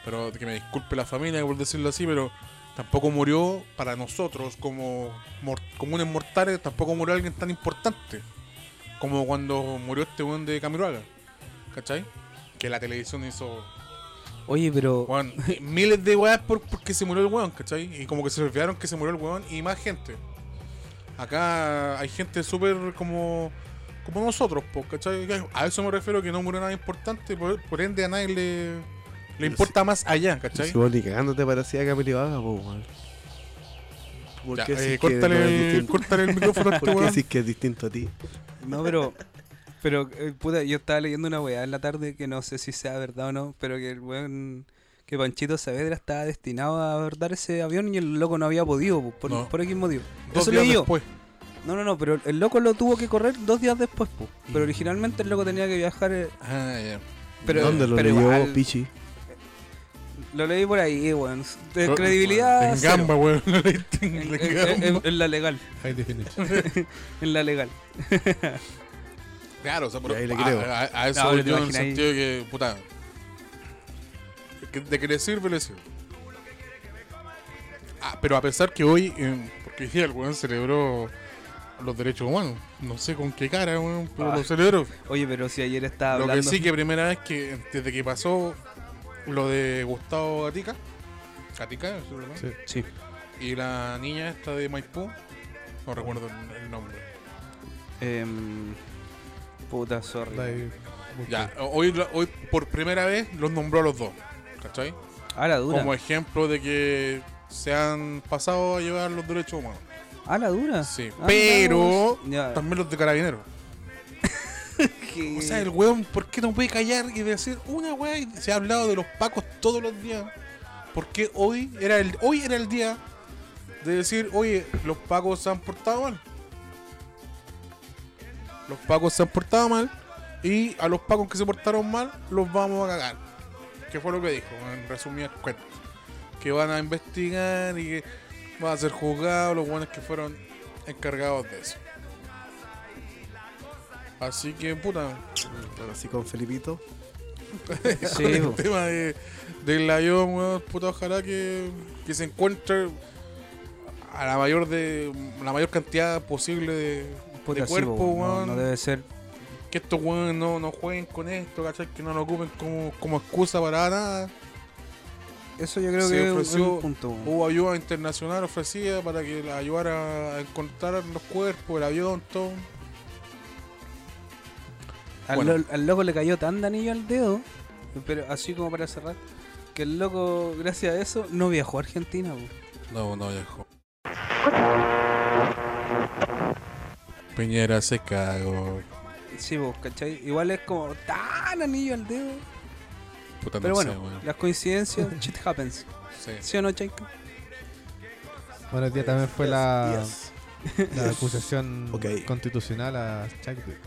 Pero que me disculpe la familia por decirlo así, pero tampoco murió para nosotros como mor- comunes mortales, tampoco murió alguien tan importante como cuando murió este weón de Camiroaga. ¿Cachai? Que la televisión hizo
Oye, pero.
Weón, miles de weas por, porque se murió el weón, ¿cachai? Y como que se olvidaron que se murió el weón y más gente. Acá hay gente súper como como nosotros, po, ¿cachai? A eso me refiero que no murió nada importante, por, por ende a nadie le, le importa más allá, ¿cachai?
Si vos ni cagándote parecía que Camilo Haga, po, weón. ¿Por
Ya,
qué decís
eh,
que no es
córtale,
distinto?
córtale el micrófono a este
¿Por qué
weón.
decís que es distinto a ti?
No, pero. Pero, eh, puta, yo estaba leyendo una weá en la tarde que no sé si sea verdad o no, pero que el weón. Que Panchito Saavedra estaba destinado a abordar ese avión y el loco no había podido, pues, por,
No.
por X motivo.
Dos
Eso
días
leí yo.
después.
No, no, no, pero el loco lo tuvo que correr dos días después, pues.
Mm.
Pero originalmente el loco tenía que viajar. eh,
Ah, ya.
Pero,
¿Dónde lo
pero
leyó
igual,
Pichi?
Lo leí por ahí, weón. De credibilidad.
En
cero.
gamba, weón.
En-
En
en-
gamba.
en- en la legal.
High definition.
En la legal.
Claro, o sea, por,
Y ahí le
a,
creo.
a- a eso
No,
voy
pero te
yo en el
imaginas ahí.
sentido de que, puta, que- de que le sirve, le sirve. Ah, pero a pesar que hoy, eh, porque hoy día el weón celebró los derechos humanos, no sé con qué cara, weón, pero
Ah.
lo celebró.
Oye, pero si ayer estaba
Lo
hablando.
que sí que primera vez que, desde que pasó lo de Gustavo Gatica, Gatica, ¿sí, verdad?
Sí.
Sí.
y la niña esta de Maipú, no recuerdo el- el nombre.
Em, puta, sorry.
La de-
Ya, hoy, hoy por primera vez los nombró a los dos, ¿cachai?
Ah, la dura.
Como ejemplo de que se han pasado a llevar los derechos humanos.
Ah, la dura.
Sí,
Anda
pero
vos. Ya.
también los de carabineros.
Que-
O sea, el weón, ¿por qué no puede callar y decir una weá? Y Se ha hablado de los pacos todos los días. ¿Por qué hoy era el, hoy era el día de decir, oye, los pacos se han portado mal? Los pacos se han portado mal y a los pacos que se portaron mal los vamos a cagar. Que fue lo que dijo, en resumidas cuentas. Que van a investigar y que van a ser juzgados los buenos que fueron encargados de eso. Así que, puta,
Bueno, así con Felipito.
Sí,
con el
po.
tema de, del avión, weón, puta, ojalá que, que se encuentre a la mayor de la mayor cantidad posible de,
Puta,
de
sí,
cuerpo,
po, no-
weón.
No, debe ser.
Que estos weones no, no jueguen con esto, ¿cachai? Que no lo ocupen como, como excusa para nada.
Eso yo creo
Se
que es un-
ofreció
un punto. weón.
Hubo ayuda internacional ofrecida para que la ayudara a encontrar los cuerpos, el avión, todo.
Al,
Bueno.
lo- al loco le cayó tan de anillo al dedo, pero así como para cerrar, que el loco, gracias a eso, no viajó a Argentina. po.
No, no viajó. Piñera se cagó.
Sí, vos, ¿cachai? Igual es como tan anillo al dedo.
Puta,
Pero
no
bueno,
sé, weón.
las coincidencias, shit happens.
Sí.
¿Sí o no, Chaika?
Bueno, el día también fue la,
Yes.
la acusación
Ok.
constitucional a Chadwick.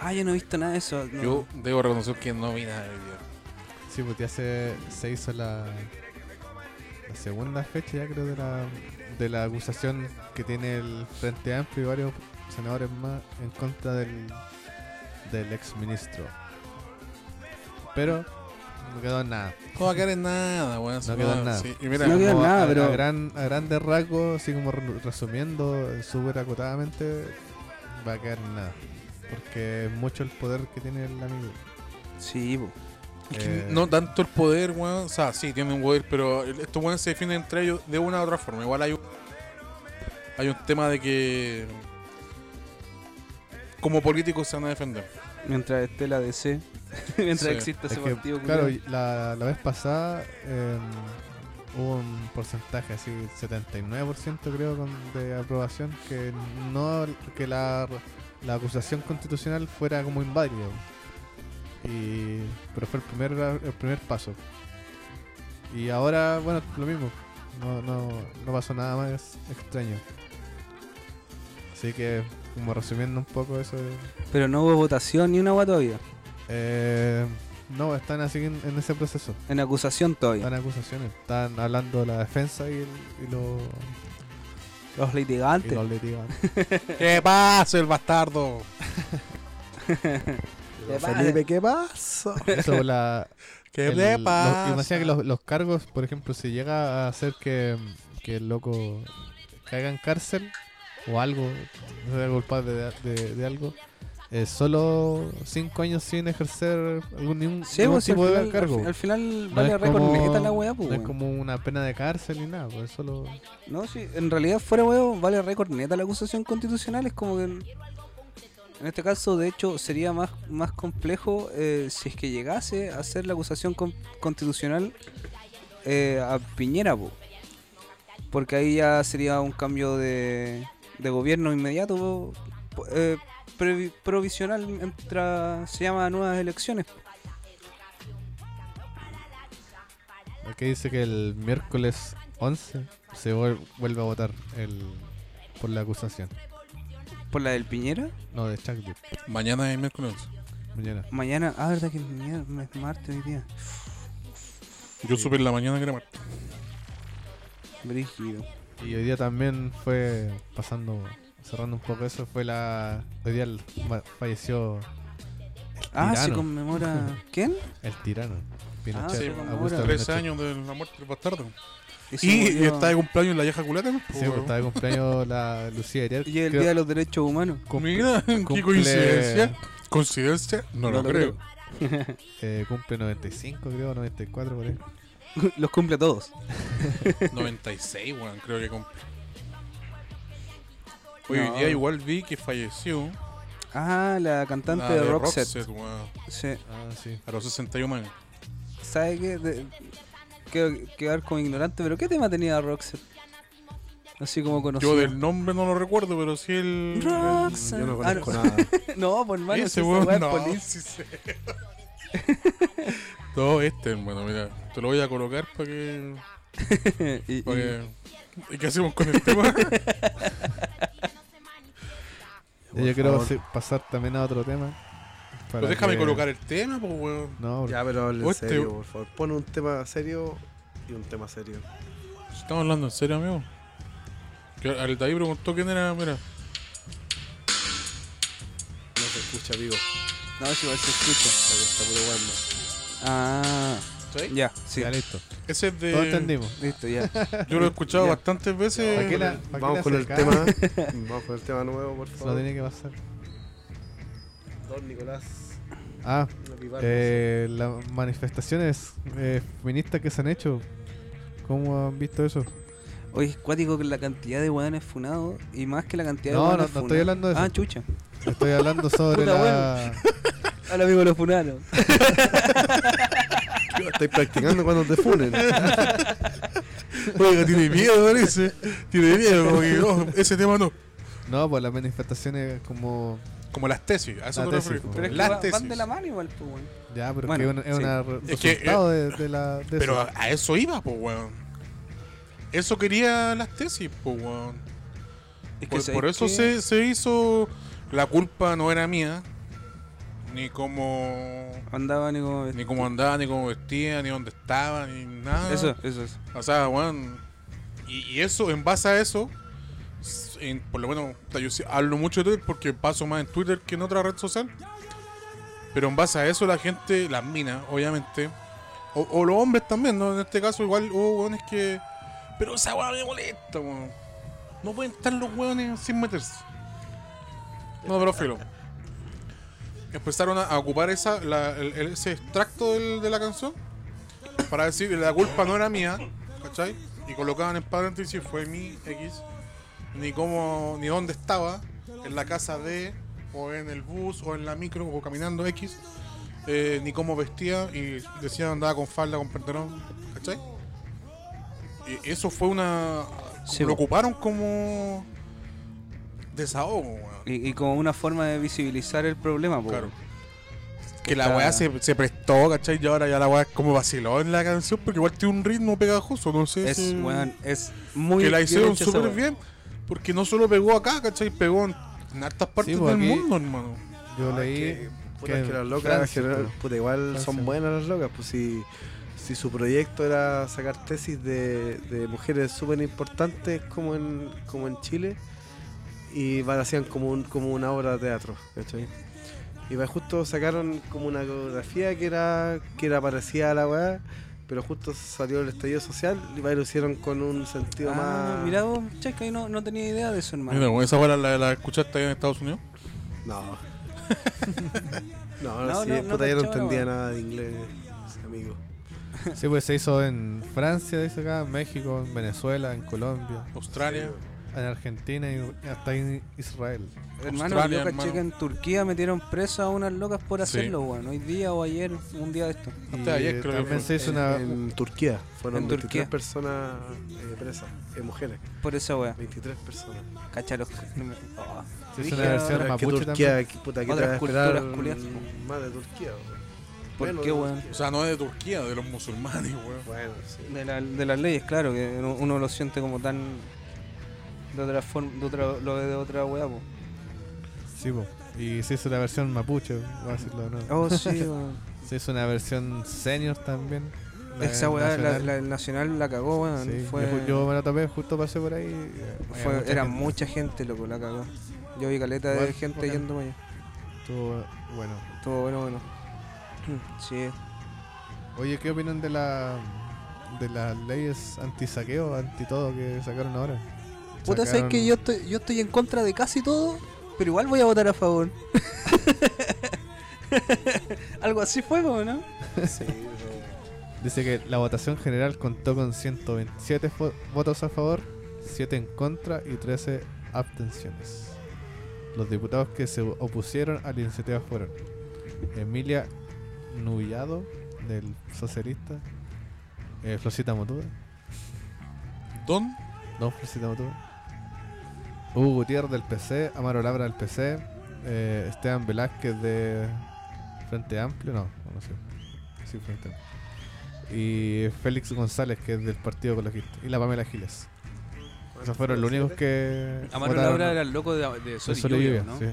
Ah, yo no he visto nada de eso. no.
Yo debo reconocer que no vi nada del video.
Sí, pues ya se, se hizo la, la segunda fecha, ya creo, de la, de la acusación que tiene el Frente Amplio y varios senadores más en contra del, del ex ministro. Pero no quedó en nada.
No va a quedar en nada, weón.
No quedó en nada.
Sí, y mira,
No quedó en
Como
nada,
a,
pero-
a gran, a grandes rasgos, así como re- resumiendo eh, súper acotadamente, va a quedar en nada. Porque es mucho el poder que tiene el amigo.
Sí, po.
es que
eh,
no tanto el poder, weón. O sea, sí, tienen un poder, pero el- estos weones se defienden entre ellos de una u otra forma. Igual hay un, hay un tema de que. Como políticos se van a defender.
Mientras esté la DC, mientras
Sí,
exista ese
Es que,
partido.
claro,
culiao.
y la, la vez pasada eh, hubo un porcentaje así, 79% creo, con- de aprobación, que no que la, la acusación constitucional fuera como inválida. Y, pero fue el primer, el primer paso. Y ahora, bueno, lo mismo. No, no, no pasó nada más extraño. Así que, como resumiendo un poco eso...
Pero no hubo votación ni una agua todavía.
eh, no, están así en- en ese proceso.
En acusación todavía.
Están acusaciones, están hablando de la defensa y, el- y los
Los
y
litigantes.
los litigantes.
¿Qué pasa, el bastardo?
¿Qué pasa?
Felipe, ¿qué pasa?
Eso por la,
¿Qué
el-
le
los-
pasa?
y me decía que los, los cargos, por ejemplo, si llega a hacer que, que el loco caiga en cárcel o algo, no sea culpable de, de- de algo, eh, solo cinco años sin ejercer algún, ningún,
Sí,
ningún
pues, si al
tipo de
final-
cargo.
al fi- Al final
No
vale
es
récord
como-
neta la weá, pues.
no es
weón.
como una pena de cárcel ni nada, pues solo...
No, sí, en realidad fuera huevo, vale récord neta la acusación constitucional, es como que... En en este caso, de hecho, sería más, más complejo eh, si es que llegase a hacer la acusación con- constitucional eh, a Piñera, po. porque ahí ya sería un cambio de, de gobierno inmediato, po. Po- eh, previ- provisional, mientras se llama nuevas elecciones.
Aquí dice que el miércoles 11 se vuel- vuelve a votar el, por la acusación.
¿Por la del Piñera?
No, de Chuck Dip,
Mañana es miércoles.
mañana.
Mañana, ah, verdad que es mier- es martes hoy día.
Yo supe en la mañana que era martes.
Brígido.
Y hoy día también fue, pasando, cerrando un poco eso, fue la... Hoy día el- ma- falleció
Ah, se
Tirano.
conmemora. ¿Quién?
el tirano. Pinochet,
sí,
Augusto
conmemora.
Ah, Tres
Pinochet.
años de la muerte del bastardo.
se
Y, y
murió-
está de cumpleaños la vieja culata, ¿no?
pues, Sí, pues, estaba de cumpleaños la Lucía Ariel.
Y el
creo-
Día de los Derechos Humanos.
Mira, qué
cumple-
coincidencia. ¿Coincidencia? No, lo,
No lo
creo.
eh, cumple 95, creo, 94 por ahí.
Los cumple a todos.
96, weón, creo que cumple. Hoy
No.
día igual vi que falleció
Ah, la cantante
la
de,
de
Roxette.
weón,
Sí.
Ah, sí.
a los 61 años.
¿Sabe qué? De- Quiero quedar como ignorante, pero ¿qué tema tenía Roxette? Así como conocido.
Yo del nombre no lo recuerdo, pero sí el.
Roxanne.
Mm, Yo no
Ah,
conozco nada.
No, pues hermano, si
Ese
esa
weón,
weá es
no.
polis.
sí sé. no, este, hermano, mira. Te lo voy a colocar para que.
Y- y-
para que- ¿Y qué hacemos con el tema?
Por
yo quiero
favor.
si- pasar también a otro tema. para
Pues déjame
que-
colocar el tema, pues, weón.
No, porque-
Ya, pero hable en
Oste-
serio, por favor. Pon un tema serio y un tema serio.
Estamos hablando en serio, amigo. Que al Daí preguntó quién era, mira.
No se escucha, amigo.
No, si igual se escucha.
Está está puro guarno.
Ah,
¿Sí?
ya, sí.
ya listo.
Ese es de.
Todos entendimos.
Listo, ya.
Yo lo he escuchado
Ya.
bastantes
¿Para qué
veces.
la- para qué
Vamos
la
con el
acercamos?
tema. Vamos con el tema nuevo, por
Eso no
favor.
tenía que pasar.
Don Nicolás.
Ah,
una pibarra.
eh, las manifestaciones eh, feministas que se han hecho. ¿Cómo han visto eso?
Oye, es cuático que la cantidad de hueones funados y más que la cantidad de
No, no,
hueones
no estoy hablando de
Ah,
eso.
chucha.
Estoy hablando sobre
Puta,
la.
Al amigo lo funaron.
Estoy practicando cuando te funen.
Oiga, tiene miedo, parece. Tiene miedo, como que, no, ese tema no.
No, pues las manifestaciones como.
Como las tesis, a eso
La
te
tesis,
refieres.
pues. po.
Pero es que
Las
va-
tesis.
van de la mano igual, pues, weón.
Ya, pero
Bueno,
que es
sí.
una, es una re-
Es que,
resultado de, de la. de
Pero
eso.
a, a eso iba, pues, weón. Eso quería las tesis, pues, weón.
Es que
Por,
¿sabes
por eso
qué?
se, se hizo. La culpa no era mía. Ni como.
Andaba ni como...
Ni cómo andaba, ni cómo vestía, ni dónde estaba, ni nada.
Eso, eso es.
O sea, weón. Y, y eso, en base a eso, s- en- por lo menos, puta, yo sí hablo mucho de Twitter porque paso más en Twitter que en otra red social. Pero en base a eso, la gente, las minas, obviamente, o, o los hombres también, ¿no? En este caso, igual hubo weones que. Pero esa weá me molesta, weón. No pueden estar los weones sin meterse. No, pero filo. Empezaron a, a ocupar esa, la- el- el- ese extracto del- de la canción para decir la culpa no era mía, ¿cachai? Y colocaban en paréntesis fue mi X, ni cómo, ni dónde estaba, en la casa de, o en el bus, o en la micro, o caminando X, eh, ni cómo vestía, y decían andaba con falda, con pantalón, ¿cachai? Y eso fue una.
Sí,
lo
po.
ocuparon como. desahogo, weón.
Y, y como una forma de visibilizar el problema, pues.
Claro.
weón.
Que la
Está-
weá se, se prestó, ¿cachai? Y ahora ya la weá es como vaciló en la canción, porque igual tiene un ritmo pegajoso, no sé.
Es,
si-
weón, es muy
que la
bien
hicieron
hecha esa
súper
weá.
bien, porque no solo pegó acá, ¿cachai? Pegó en, en hartas partes
pues,
del
aquí-
mundo, hermano.
Yo
Ah,
leí.
que, puta, es que las locas,
Francia,
general-
pero-
puta, igual
Francia.
son buenas las locas, pues si, si su proyecto era sacar tesis de, de mujeres súper importantes como en, como en Chile y van- hacían como, un, como una obra de teatro, ¿cachai? Y va- justo sacaron como una coreografía que era, que era parecida a la weá, pero justo salió el estallido social y va, lo hicieron con un sentido
Ah,
más...
mira vos, checa, yo no, no tenía idea de eso, hermano.
Mira, weón, esa weá la, la- la escuchaste allá en Estados Unidos.
No. no,
No,
no, sí,
no, no
puta, yo no
cachaba la
entendía
weá.
nada de inglés, amigo.
Sí, pues se hizo en Francia, dice acá, en México, en Venezuela, en Colombia,
Australia.
en Argentina y hasta en Israel.
Hermano,
Australia,
yo
hermano.
caché que en Turquía metieron presa a unas locas por
Sí.
hacerlo, weón. Hoy día o ayer, un día de esto.
Hasta ayer
Y
creo que
también
fue.
se hizo
en,
una.
en Turquía. Fueron
En
23
Turquía.
personas eh, presas, eh, mujeres.
Por esa weá.
23 personas.
Cachalos. Oh,
se hizo
dije,
una versión
Pero es que
mapuche también.
Turquía, que, puta, ¿qué te
Otras
va a esperar
culturas, culiadas, po.
más de Turquía? weón?
¿Por
Bueno,
qué,
de
weón?
Turquía.
O sea, no de Turquía, de los musulmanes, weón.
Bueno, sí.
De, la- de las leyes, claro, que uno, uno lo siente como tan. de otra forma, de otra, lo ve de otra weá, po.
Sí, pues. Y se hizo la versión mapuche, voy a decirlo, ¿no?
Oh, sí, weón.
Se hizo una versión senior también. la
Esa weá, la,
nacional.
la- el Nacional la cagó, weón.
Sí,
Fue,
yo, yo me la tapé, justo pasé por ahí. y, eh, había
fue-
mucha
era
gente.
mucha gente, loco, la cagó. Yo vi caleta de
Igual,
gente
bacán.
yendo para allá.
Estuvo bueno.
Estuvo bueno, bueno. Sí.
Oye, ¿qué opinan de la de las leyes anti saqueo, anti todo que sacaron ahora?
Puta, sabes
Sacaron-
que yo estoy, yo estoy en contra de casi todo, pero igual voy a votar a favor. Algo así fue, weón, ¿no?
sí, pero-
Dice que la votación general contó con 127 fo- votos a favor, 7 en contra y 13 abstenciones. Los diputados que se opusieron a la iniciativa fueron Emilia Nullado, del Socialista, eh, Florcita Motuda,
Don
Don Florcita Motu. Hugo Gutiérrez del PC, Amaro Labra del PC, eh, Esteban Velázquez de Frente Amplio, no, no sé. Sí, Frente Amplio. Y Félix González, que es del Partido Ecologista. Y la Pamela Giles. Esos fueron los únicos que.
Amaro
votaron
Laura era el loco de, de Sol
de
y
Sol y
Lluvia,
Lluvia,
¿no?
sí.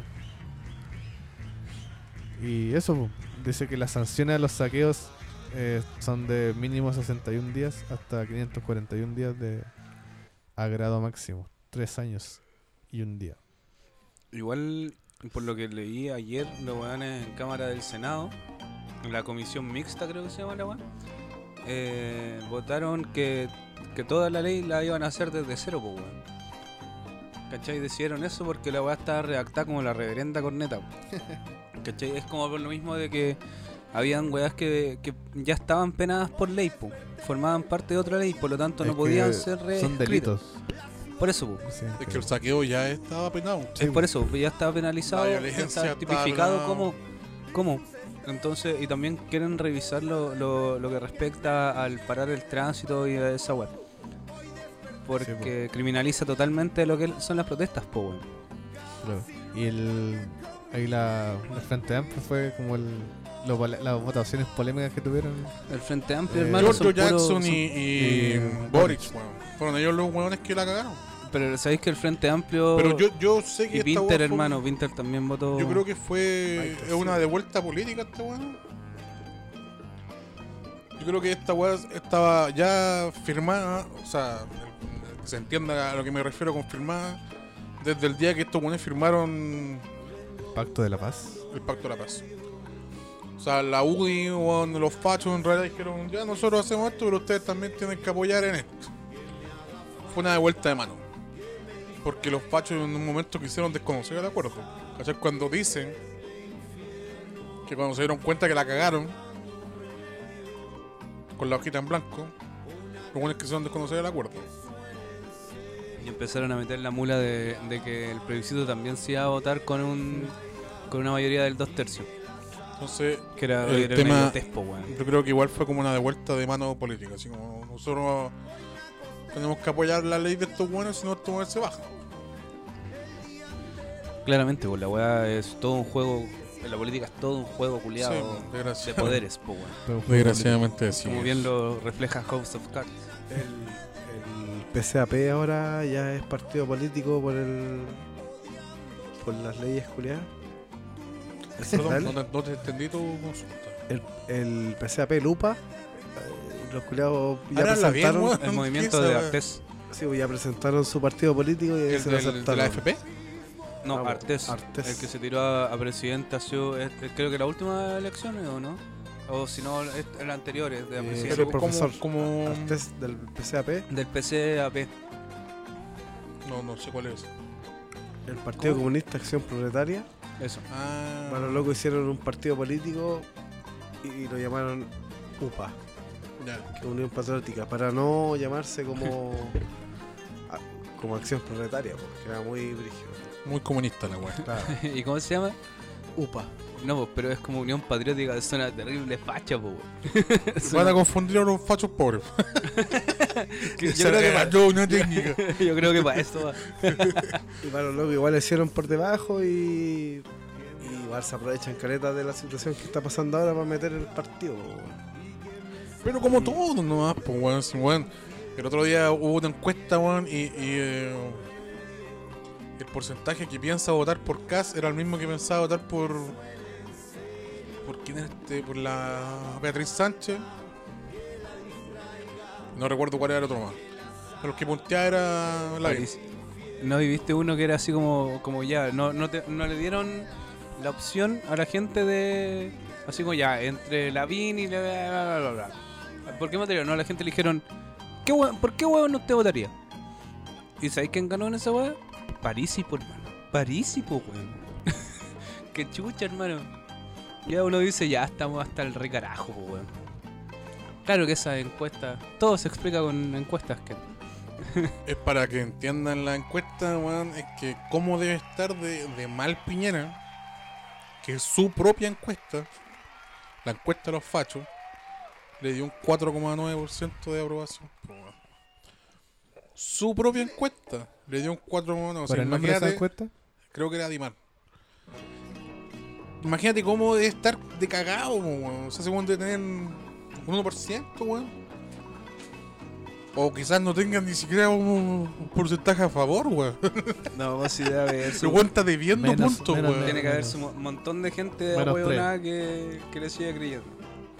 Y eso, po. dice que las sanciones a los saqueos eh, son de mínimo 61 días hasta 541 días de agrado máximo. Tres años y un día.
Igual, por lo que leí ayer, los weones en Cámara del Senado, en la comisión mixta creo que se llama la weá, eh, votaron que, que toda la ley la iban a hacer desde cero, pues weón. ¿Cachai? Decidieron eso porque la weá está redactada como la reverenda corneta. po. ¿Cachai? Es como por lo mismo de que habían weas que, que ya estaban penadas por ley, po. formaban parte de otra ley, por lo tanto no
Es que
podían ser
Son
reescritas.
delitos.
Por eso, po.
Sí,
Es que
pero-
el saqueo ya estaba penado.
Sí,
es por eso, ya está penalizado,
La violencia
está
está
tipificado
hablado.
como, como. Entonces, y también quieren revisar lo, lo, lo que respecta al parar el tránsito y a esa web. Porque criminaliza totalmente lo que son las protestas, po, weón.
Claro. Y el, ahí la, el Frente Amplio fue como el, lo pole- las votaciones polémicas que tuvieron.
El Frente Amplio,
Eh,
hermano.
Giorgio
son puros-
Jackson y,
son-
y
y
Boric, weón. Fueron ellos los hueones que la cagaron.
Pero sabéis que el Frente Amplio.
Pero yo, yo sé que
y
esta weá
Winter,
fue-
hermano. Winter también votó.
Yo creo que fue
Ay, qué
es una
sí.
devuelta política esta weón. Yo creo que esta weá estaba ya firmada, o sea, el- se entienda a lo que me refiero con firmada, desde el día que estos weones firmaron
Pacto de la Paz.
el Pacto de la Paz. O sea, la UDI, weón, los fachos en realidad dijeron, ya nosotros hacemos esto, pero ustedes también tienen que apoyar en esto. Fue una devuelta de mano. Porque los fachos en un momento quisieron desconocer el acuerdo. ¿Cachai? Cuando dicen que cuando se dieron cuenta que la cagaron con la hojita en blanco, los buenos quisieron desconocer el acuerdo.
Y empezaron a meter la mula de, de que el plebiscito también se iba a votar con un con una mayoría del dos tercios.
Entonces,
Que era,
El
era
tema-
una idiotez, po, weón.
Yo creo que igual fue como una devuelta de mano política, así como nosotros tenemos que apoyar la ley de estos buenos, si no estos buenos se bajan.
Claramente, pues la weá es todo un juego. en La política es todo un juego culiado
Sí, pues, desgraciadamente.
de poderes, po, weón.
Desgraciadamente sí.
Como bien lo refleja House of Cards.
El, el PCAP ahora ya es partido político por el. por las leyes culiadas.
Perdón, no, te- no te entendí tu consulta.
El, el PCAP Lupa. eh, Los culiados ya
Ahora habla bien,
presentaron,
weón.
El movimiento
¿Qué
de
sabe?
Artes.
sí, pues, ya presentaron su partido político y
¿El
se lo
del- de
aceptaron.
la FP?
No,
Ah,
Artes,
Artés.
El que se tiró a, a presidente hació, es- es- eh, creo que la última elección, ¿o no? O si no, es- el anterior, es de la
Eh,
presidencia.
como-
pero profesor.
como...
Al test del PCAP,
Del PCAP.
No, no sé cuál es.
el Partido
¿Cómo?
Comunista Acción Proletaria.
Eso.
Ah,
Bueno, loco hicieron un partido político y lo llamaron UPA,
ya.
que es Unión Patriótica, para no llamarse como, a- como Acción Proletaria, porque era muy brígido.
Muy comunista la weá.
Claro,
¿Y cómo se llama?
UPA.
No, pues, pero es como Unión Patriótica, suena terrible facha, po, weón.
Van a confundir a los fachos pobres.
Yo
Será
creo que
que falló una técnica.
pa- Yo creo que para eso va.
Y para los locos igual lo hicieron por debajo y, y igual se aprovechan caretas de la situación que está pasando ahora para meter el partido. po, weón.
Pero como todo nomás, pues weón, sí, weón. El otro día hubo una encuesta, weón, y, y, eh, el porcentaje que piensa votar por Cas era el mismo que pensaba votar por. ¿Por quién era este? Por la Beatriz Sánchez. No recuerdo cuál era el otro más. Pero los que punteaba era la
París. ¿No viviste uno que era así como, como ya? No, no, te- no le dieron la opción a la gente de. Así como ya, entre Lavín y la. Bla, bla, bla, bla. ¿Por qué material? No, a la gente le dijeron, ¿qué hue- ¿por qué hueón usted votaría? ¿Y sabéis quién ganó en esa hueá? Parisi, por hermano. Parisi, po, weón. Qué chucha, hermano. Ya uno dice, ya estamos hasta el recarajo, po, weón. Claro que esa encuesta. Todo se explica con encuestas, que.
Es para que entiendan la encuesta, weón, es que cómo debe estar de, de mal Piñera, que su propia encuesta, la encuesta de los fachos, le dio un 4,9% de aprobación. po, weón. su propia encuesta. Le dio un 4 monos.
¿Por el nombre de esa encuesta?
Creo que era Dimar. Imagínate cómo debe estar de cagado, po, weón. O sea, según de tener un 1%, weón. O quizás no tengan ni siquiera un, un porcentaje a favor, weón.
No, vos sí debe haber
Se
su-
cuenta debiendo
Menos-
puntos,
menos-
weón.
Tiene que haber un montón de gente
Menos
ahueonada que, que le sigue creyendo.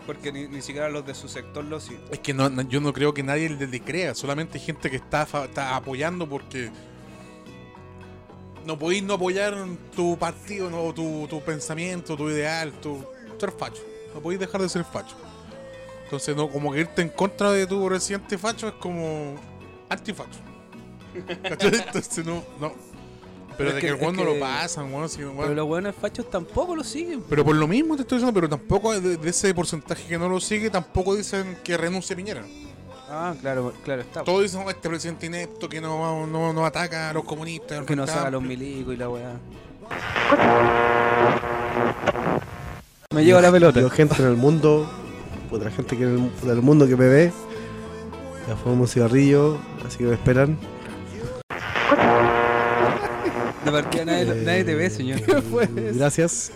Porque ni, ni siquiera los de su sector lo siguen.
Es que no, no- yo no creo que nadie le, le crea, solamente gente que está, fa- está apoyando porque no podéis no apoyar tu partido, no, tu, tu pensamiento, tu ideal, tu ser facho. No podéis dejar de ser facho. Entonces, no, como que irte en contra de tu reciente facho es como antifacho. ¿Cachai? Entonces, no, no. Pero
es
de
que-
que, el
es
weón no
que-
lo pasan, weón, sí, weón.
Pero los hueones fachos tampoco lo siguen.
Pero por lo mismo te estoy diciendo, pero tampoco de, de ese porcentaje que no lo sigue, tampoco dicen que renuncie Piñera.
Ah, claro, claro, está.
Todos dicen, "Oh, este presidente inepto que no, no, no ataca a los comunistas.
que no
está-
saca los milicos y la weá. Me lleva la pelota.
Yo, gente en el mundo, otra gente que en el, puta, el mundo que me ve, ya fumamos un cigarrillo, así que me esperan.
De partida nadie,
Eh,
nadie te ve, señor.
fue eso?
Gracias.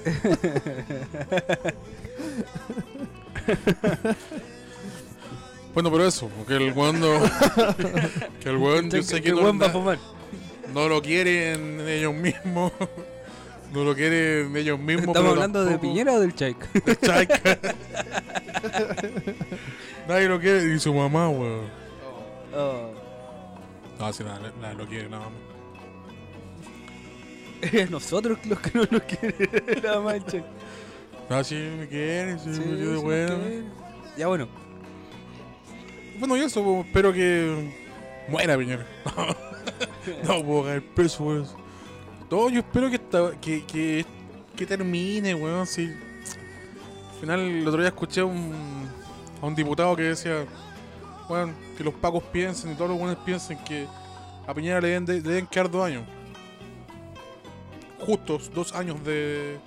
Bueno, pero eso, que el weón no- que el weón, yo sé que
el
no,
Este weón va a
na-
fumar.
no lo quieren ellos mismos. No lo quieren ellos mismos.
¿Estamos
pero
hablando de
tampoco-
Piñera o del Chaik?
de Chaca. Nadie lo quiere. Y su mamá, weón.
Oh.
No, si nada, nada lo quiere, nada más.
Nosotros los que no nos quieren la mancha.
No, si me quiere, si
Sí,
me
sí
quiere,
nos
weón.
quieren. Ya bueno.
Bueno, y eso, po, espero que muera Piñera. no puedo caer preso por eso. No, yo espero que, esta- que, que, que termine, weón. Si... Al final, el otro día escuché a un, a un diputado que decía, bueno, que los pacos piensen y todos los buenos piensen que a Piñera le deben, de- le deben quedar dos años. Justos, dos años de,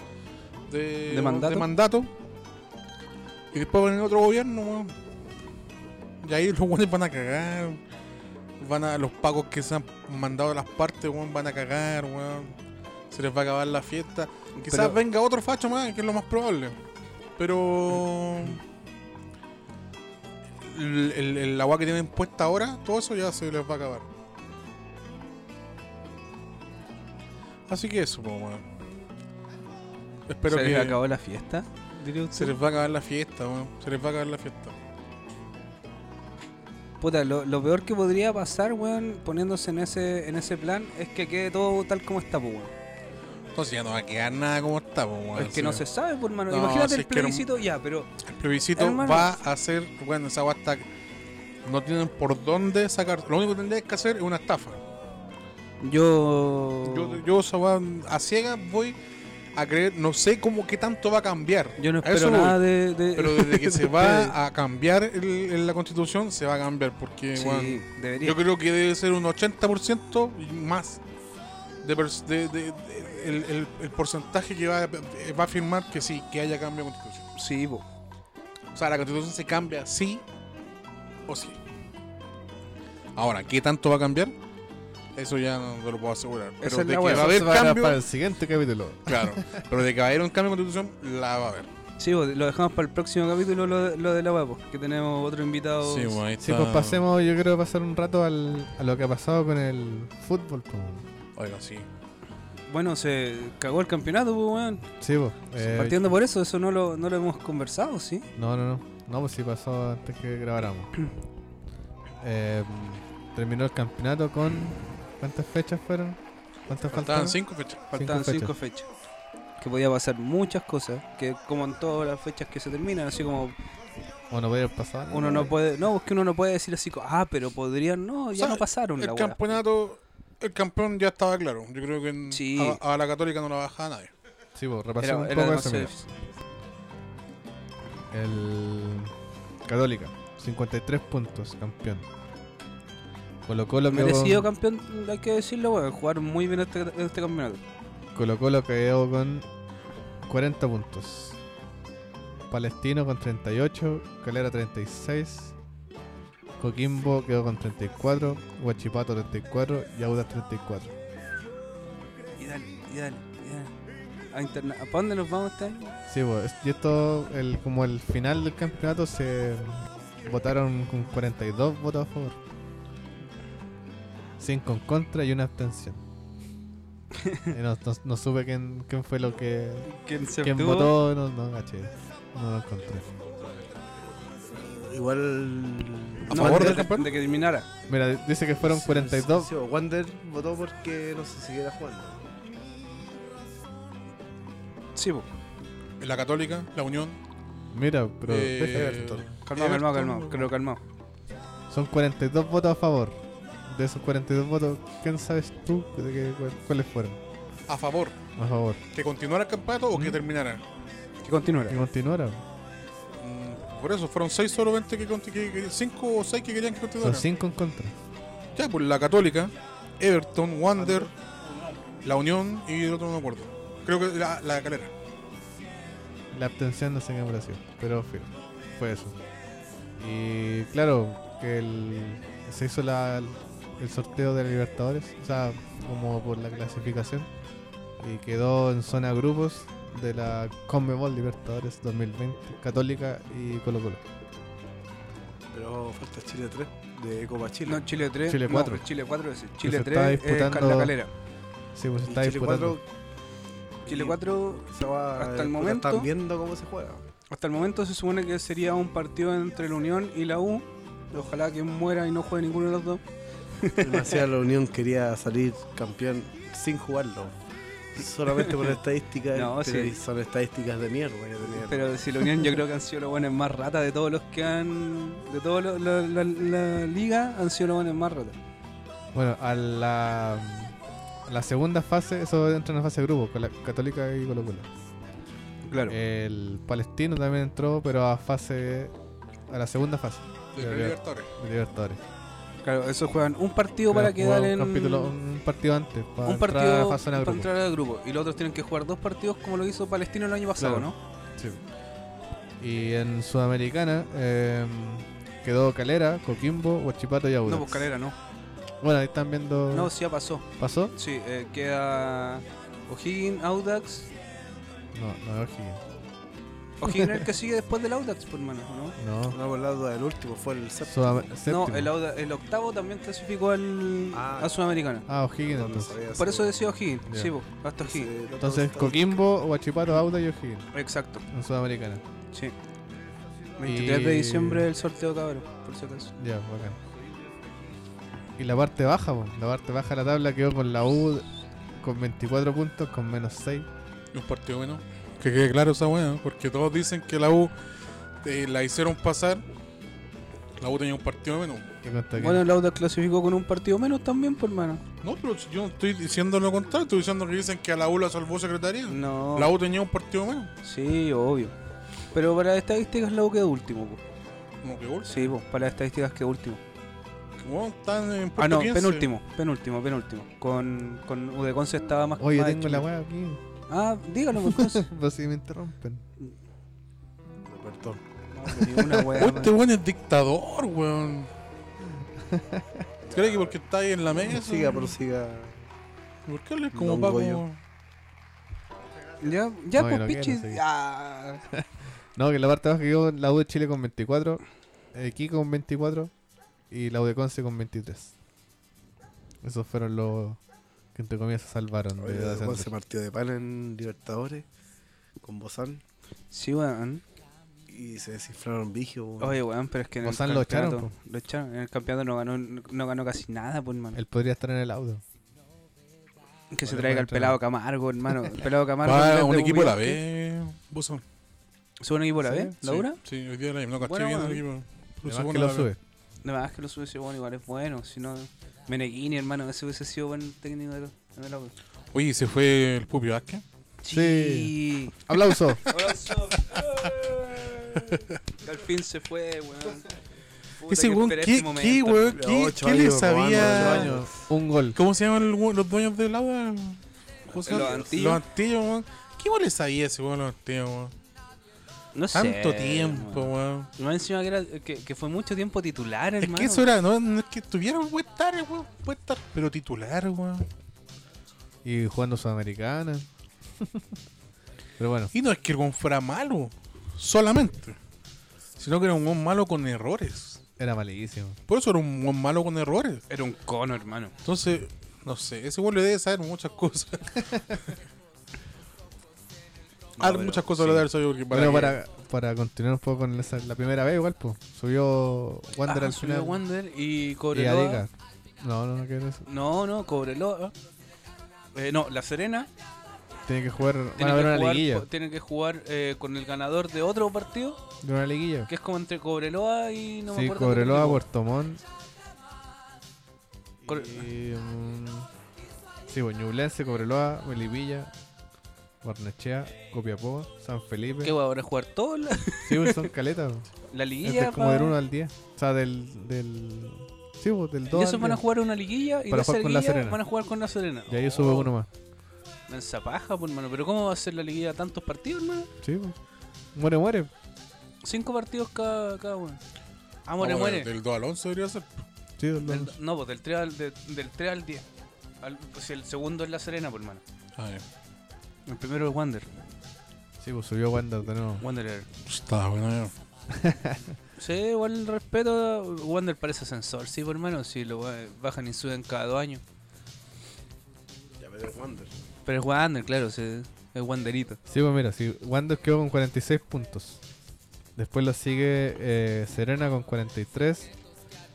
de,
¿De mandato?
mandato. Y después va a venir otro gobierno, weón. Y ahí los buenos van a cagar. Van a los pacos que se han mandado a las partes, weón, van a cagar, weón. Se les va a acabar la fiesta. Quizás
Pero-
venga otro facho más, que es lo más probable. Pero. El, el- el agua que tienen puesta ahora, todo eso ya se les va a acabar. Así que eso, pues, weón. Espero
¿Se
que
les acabó la fiesta? Diría
se
usted.
les va a acabar la fiesta, weón. Se les va a acabar la fiesta.
Puta, lo, lo peor que podría pasar, weón, poniéndose en ese, en ese plan, es que quede todo tal como está, pues, weón.
Entonces ya no va a quedar nada como está, pues, weón.
es que no
Sí.
se sabe, por mano.
No,
Imagínate
si
el
es que era un-
plebiscito, ya, pero
El plebiscito
Hermano.
va a ser, bueno, esa agua está. No tienen por dónde sacar. Lo único que tendrías que hacer es una estafa.
yo.
Yo, yo esa weá, a ciegas voy a creer, no sé cómo qué tanto va a cambiar.
Yo no
A eso
espero
voy.
nada de. de-
Pero desde que se va a cambiar el- el- la constitución, se va a cambiar. Porque,
Sí,
weón,
debería.
yo creo que debe ser un 80% y más de, pers- de- de- de- el, el- el porcentaje que va, a- va a afirmar que sí, que haya cambio de constitución.
Sí, po.
O sea, la constitución se cambia sí o sí. Ahora, ¿qué tanto va a cambiar? Eso ya no te lo puedo asegurar. Pero
es
de
la
que
weá,
va a
Eso
haber
se va grabar
cambio,
para el siguiente capítulo.
Claro, pero de que va a haber un cambio de constitución, la va a haber.
Sí, po, lo dejamos para el próximo capítulo, lo, lo de la weá, po, que tenemos otro invitado.
ahí
Sí, pues pasemos, yo quiero pasar un rato al, a lo que ha pasado con el fútbol. pues.
Oiga, sí.
Bueno, se cagó el campeonato, pues, weón.
Sí, pues. eh,
Partiendo por eso, eso no lo, no lo hemos conversado, ¿sí?
No, no, no. No, pues sí pasó antes que grabáramos. Eh, terminó el campeonato con. ¿Cuántas fechas fueron? ¿Cuántas faltaban?
Faltaban cinco fechas.
Faltaban
Cinco
cinco fechas. Que podía pasar muchas cosas, que como en todas las fechas que se terminan, así como
¿O no podía pasar?
uno no puede, no, es que uno no puede decir así, como, ah, pero podrían, no, ya
O sea,
no pasaron la
El
weá.
campeonato, el campeón ya estaba claro. Yo creo que en-
Sí.
a, a la católica no la bajaba nadie.
Sí, pues
Era-
repasemos un
era
poco
demasiado
eso. mira.
difícil.
El. Católica, 53 puntos, campeón. Colocó lo que.
Merecido campeón, hay que decirlo, weón, jugaron muy bien este, este campeonato.
Colocó lo que quedó con 40 puntos. Palestino con 38, Calera 36, Coquimbo quedó con 34, Huachipato 34 y Audas 34.
Y dale, y dale, y dale. A interna- ¿Para dónde nos vamos este año?
Sí, pues, y esto, el, como el final del campeonato, se votaron con 42 votos a favor. 5 en contra y una abstención. Y no, no- no supe quién, quién fue lo que.
¿Quién se
quién
obtuvo?
votó, no, no, caché. No lo encontré.
¿A
No,
Igual.
favor
de,
del campeón?
de que terminara.
Mira, dice que fueron 42.
Sí, Wander votó porque no se siguiera jugando.
Sí, po.
La Católica, la Unión.
Mira, pero.
eh,
Everton.
Calmado, calmado, calmado. Creo calmado.
Son 42 votos a favor. De esos 42 votos, ¿quién sabes tú de qué- cu- cuáles fueron?
A favor.
A favor.
¿Que continuara el campeonato
Mm.
o que terminara?
Que continuara.
¿Que continuara?
Mm, Por eso, fueron seis solamente que, conti- que, que- cinco o seis que querían que
Son
continuara.
5 en contra.
Ya, pues la Católica, Everton, Wander, la Unión y el otro no me acuerdo. Creo que la, la calera.
La abstención no se enamoró, pero fue, fue eso. Y claro, que el- se hizo la- el sorteo de la Libertadores, o sea, como por la clasificación, y quedó en zona grupos de la Conmebol Libertadores 2020, Católica y Colo Colo.
Pero falta Chile 3 de Copa Chile.
No, Chile 3.
Chile cuatro.
Chile 4 es Chile
se está
3 es Ca-
disputando-
la calera.
Sí, pues
Y
está
Chile
disputando.
4
Chile
Y-
4,
se va
Hasta
puta,
el momento-
Están viendo cómo se juega.
hasta el momento se supone que sería un partido entre la Unión y la U. Ojalá que muera y no juegue ninguno de los dos.
Demasiado la Unión quería salir campeón sin jugarlo. Solamente por estadísticas.
No,
pero
sí.
y son estadísticas de mierda. que tenían.
Pero si la Unión yo creo que han sido los buenos más ratas de todos los que han... De toda la, la- la liga han sido los buenos más ratas.
Bueno, a la, a la segunda fase, eso entra en la fase de grupo, con la Católica y Colo Colo.
Claro.
El Palestino también entró, pero a fase. a la segunda fase
De
Ya, ya.
Libertadores.
de Libertadores.
Claro, eso juegan un partido para
Pero juega
quedar
un
en...
capítulo- un partido antes, para
un
entrar
partido
a fase de
para
grupo.
entrar al grupo. Y los otros tienen que jugar dos partidos como lo hizo Palestino el año pasado,
Claro.
¿no?
Sí. Y en Sudamericana eh, quedó Calera, Coquimbo, Huachipato y Audax.
No, pues Calera no.
Bueno, ahí están viendo.
No, sí ya pasó.
¿Pasó?
Sí, eh, queda O'Higgins, Audax.
No, no es O'Higgins.
O'Higgins es el que sigue después del Audax, por hermano, ¿no?
No.
No por el lado del último, fue el séptimo.
Sudam- séptimo.
No, el, Auda- el octavo también clasificó al,
Ah.
a Sudamericana.
Ah, O'Higgins
No
entonces.
sabía
Por eso
seguro.
decía O'Higgins,
Ya.
sí, po, hasta O'Higgins.
Sí, no
Entonces
todos-
Coquimbo, Huachipato, Auda y O'Higgins
Exacto,
en Sudamericana.
sí. 23 de
Y-
diciembre el sorteo, cabrón, por si acaso.
Ya, bacán. Y la parte baja, po, la parte baja de la tabla quedó con la U con 24 puntos, con menos 6.
Y un partido bueno. Que quede claro esa weá, ¿no? porque todos dicen que la U eh, la hicieron pasar. La U tenía un partido menos.
Y contra quién?
Bueno, el Audax clasificó con un partido menos también, por hermano.
No, pero si yo no estoy diciendo lo contrario, estoy diciendo que dicen que a la U la salvó secretaría.
No.
La U tenía un partido menos.
Sí, obvio. Pero para las estadísticas la U quedó último, po.
Como que gol.
Sí, po, para las estadísticas quedó último.
Bueno, están en
Ah, no,
puesto 15.
penúltimo, penúltimo, penúltimo. Con, con U de Conce estaba más...
Oye,
más
tengo
hecho.
la weá aquí.
Ah, dígalo pues, entonces.
Pero si me interrumpen.
Perdón.
No, pero ni una
Oye,
wea,
Este weón es dictador, weón. ¿Crees que porque está ahí en la mesa?
Prosiga, prosiga.
¿Por qué hablas como
Don
Paco?
Goyo.
Ya, ya,
No,
pues,
yo no quiero
pichis.
seguir.
Ah.
No, que la parte baja quedó la U de Chile con 24, eh, Kiko con 24 y la U de Conce con 23. Esos fueron los que entre comillas se salvaron. de
Oye,
descender.
Eh, Juan se partió de pan en Libertadores con Bozán
Sí, weón.
y se desinflaron vigio. weón.
Oye, weón, pero es que en
Ozan
el
lo
campeonato...
echaron,
lo echaron. En el campeonato no ganó, no ganó casi nada, pues, hermano.
Él podría estar en el auto.
que se
Eh, Bueno,
traiga el
bueno,
pelado Camargo, hermano. El pelado Camargo... en
Va
vez
a
de
un equipo de la
Bubioski-
B. Buzón.
¿Sube un equipo de la
Sí,
B? ¿La
Sí,
dura?
Sí, hoy día la No, caché
Bueno,
bien el
bueno.
equipo. Pero
Además
supongo
que lo
la B.
sube.
No, más que lo sube ese bueno, igual es bueno. Si no, Meneghini, hermano, ese hubiese sido buen técnico de, la- de la U.
Oye, ¿y se fue el Pupio Vázquez.
Sí. Aplauso.
Abrazo. Que Al fin se fue, weón. Puta,
Ese
que
weón,
esperé
¿qué,
este momento.
qué, weón? ¿Qué,
Ocho
qué le
años,
sabía?
Román, ocho años.
Un gol.
¿Cómo se llaman el weón- los dueños del agua? ¿Cómo se
Los
llaman?
Antillos.
Los antillos, weón. ¿Qué weón le sabía ese weón a los antillos, weón?
No sé.
Tanto tiempo, weón.
No encima que, era, que, que fue mucho tiempo titular,
Es
hermano.
que eso era, no, no es que tuvieron puede estar, weón, puede estar, pero titular, weón.
Y jugando Sudamericana. Pero bueno,
Y no es que el weón fuera malo, solamente, sino que era un weón malo con errores.
era malísimo.
Por eso era un weón malo con errores.
Era un cono, hermano.
Entonces, no sé, ese weón le debe saber muchas cosas. Ah,
pero
muchas cosas le debe haber sabido. Porque
Bueno,
que-
para, para continuar un poco con esa- la primera vez, igual, pues. Subió Wander
Ah,
al
subió
final.
Wander y
y a
Cobreloa.
Arica. No, no, no quiero eso.
No, no, Cobreloa. Eh, no, La Serena.
Tiene que jugar. Van
tiene
a ver
que
una
jugar,
liguilla.
co- tiene que jugar eh, con el ganador de otro partido,
De una liguilla.
que es como entre Cobreloa y no me
sí,
acuerdo. qué
Cobreloa,
equipo.
Puerto Montt.
Cor-
Y, mm, sí, pues Ñublense, Cobreloa, Melipilla, Barnechea, Copiapó, San Felipe.
¿Qué va ahora jugar todo la,
Sí, pues son caletas. pues.
la
Es
liguilla?
de- como
pa-
del 1 al 10. O sea, del. del sí, pues del 2
y
al
esos van a
10.
jugar una liguilla y
Para
de
jugar
esa
con La
liguilla
Serena.
van a jugar con la Serena.
Y ahí sube
Oh,
uno más.
Mensa paja, pues, hermano. Pero ¿cómo va a ser la liguilla tantos partidos, hermano?
Sí, pues. Muere, muere.
Cinco partidos cada, cada uno. Ah, muere,
Vamos,
muere.
Del 2 al 11 debería ser.
Sí, del
Del-
11.
no, pues del 3 al, de- del 3 al 10. Al- pues, el segundo es la Serena, pues, hermano.
Ah, ya.
El primero es Wander.
Sí, pues subió Wander de nuevo.
Wanderer.
Está bueno, ya.
Sí, igual respeto. Wander parece ascensor, sí, por hermano. Si lo ba- bajan y suben cada dos años.
Ya, pero es Wander.
Pero es Wander, claro, sí, es Wanderito.
Sí, pues mira, si Wander quedó con 46 puntos. Después lo sigue eh, Serena con 43.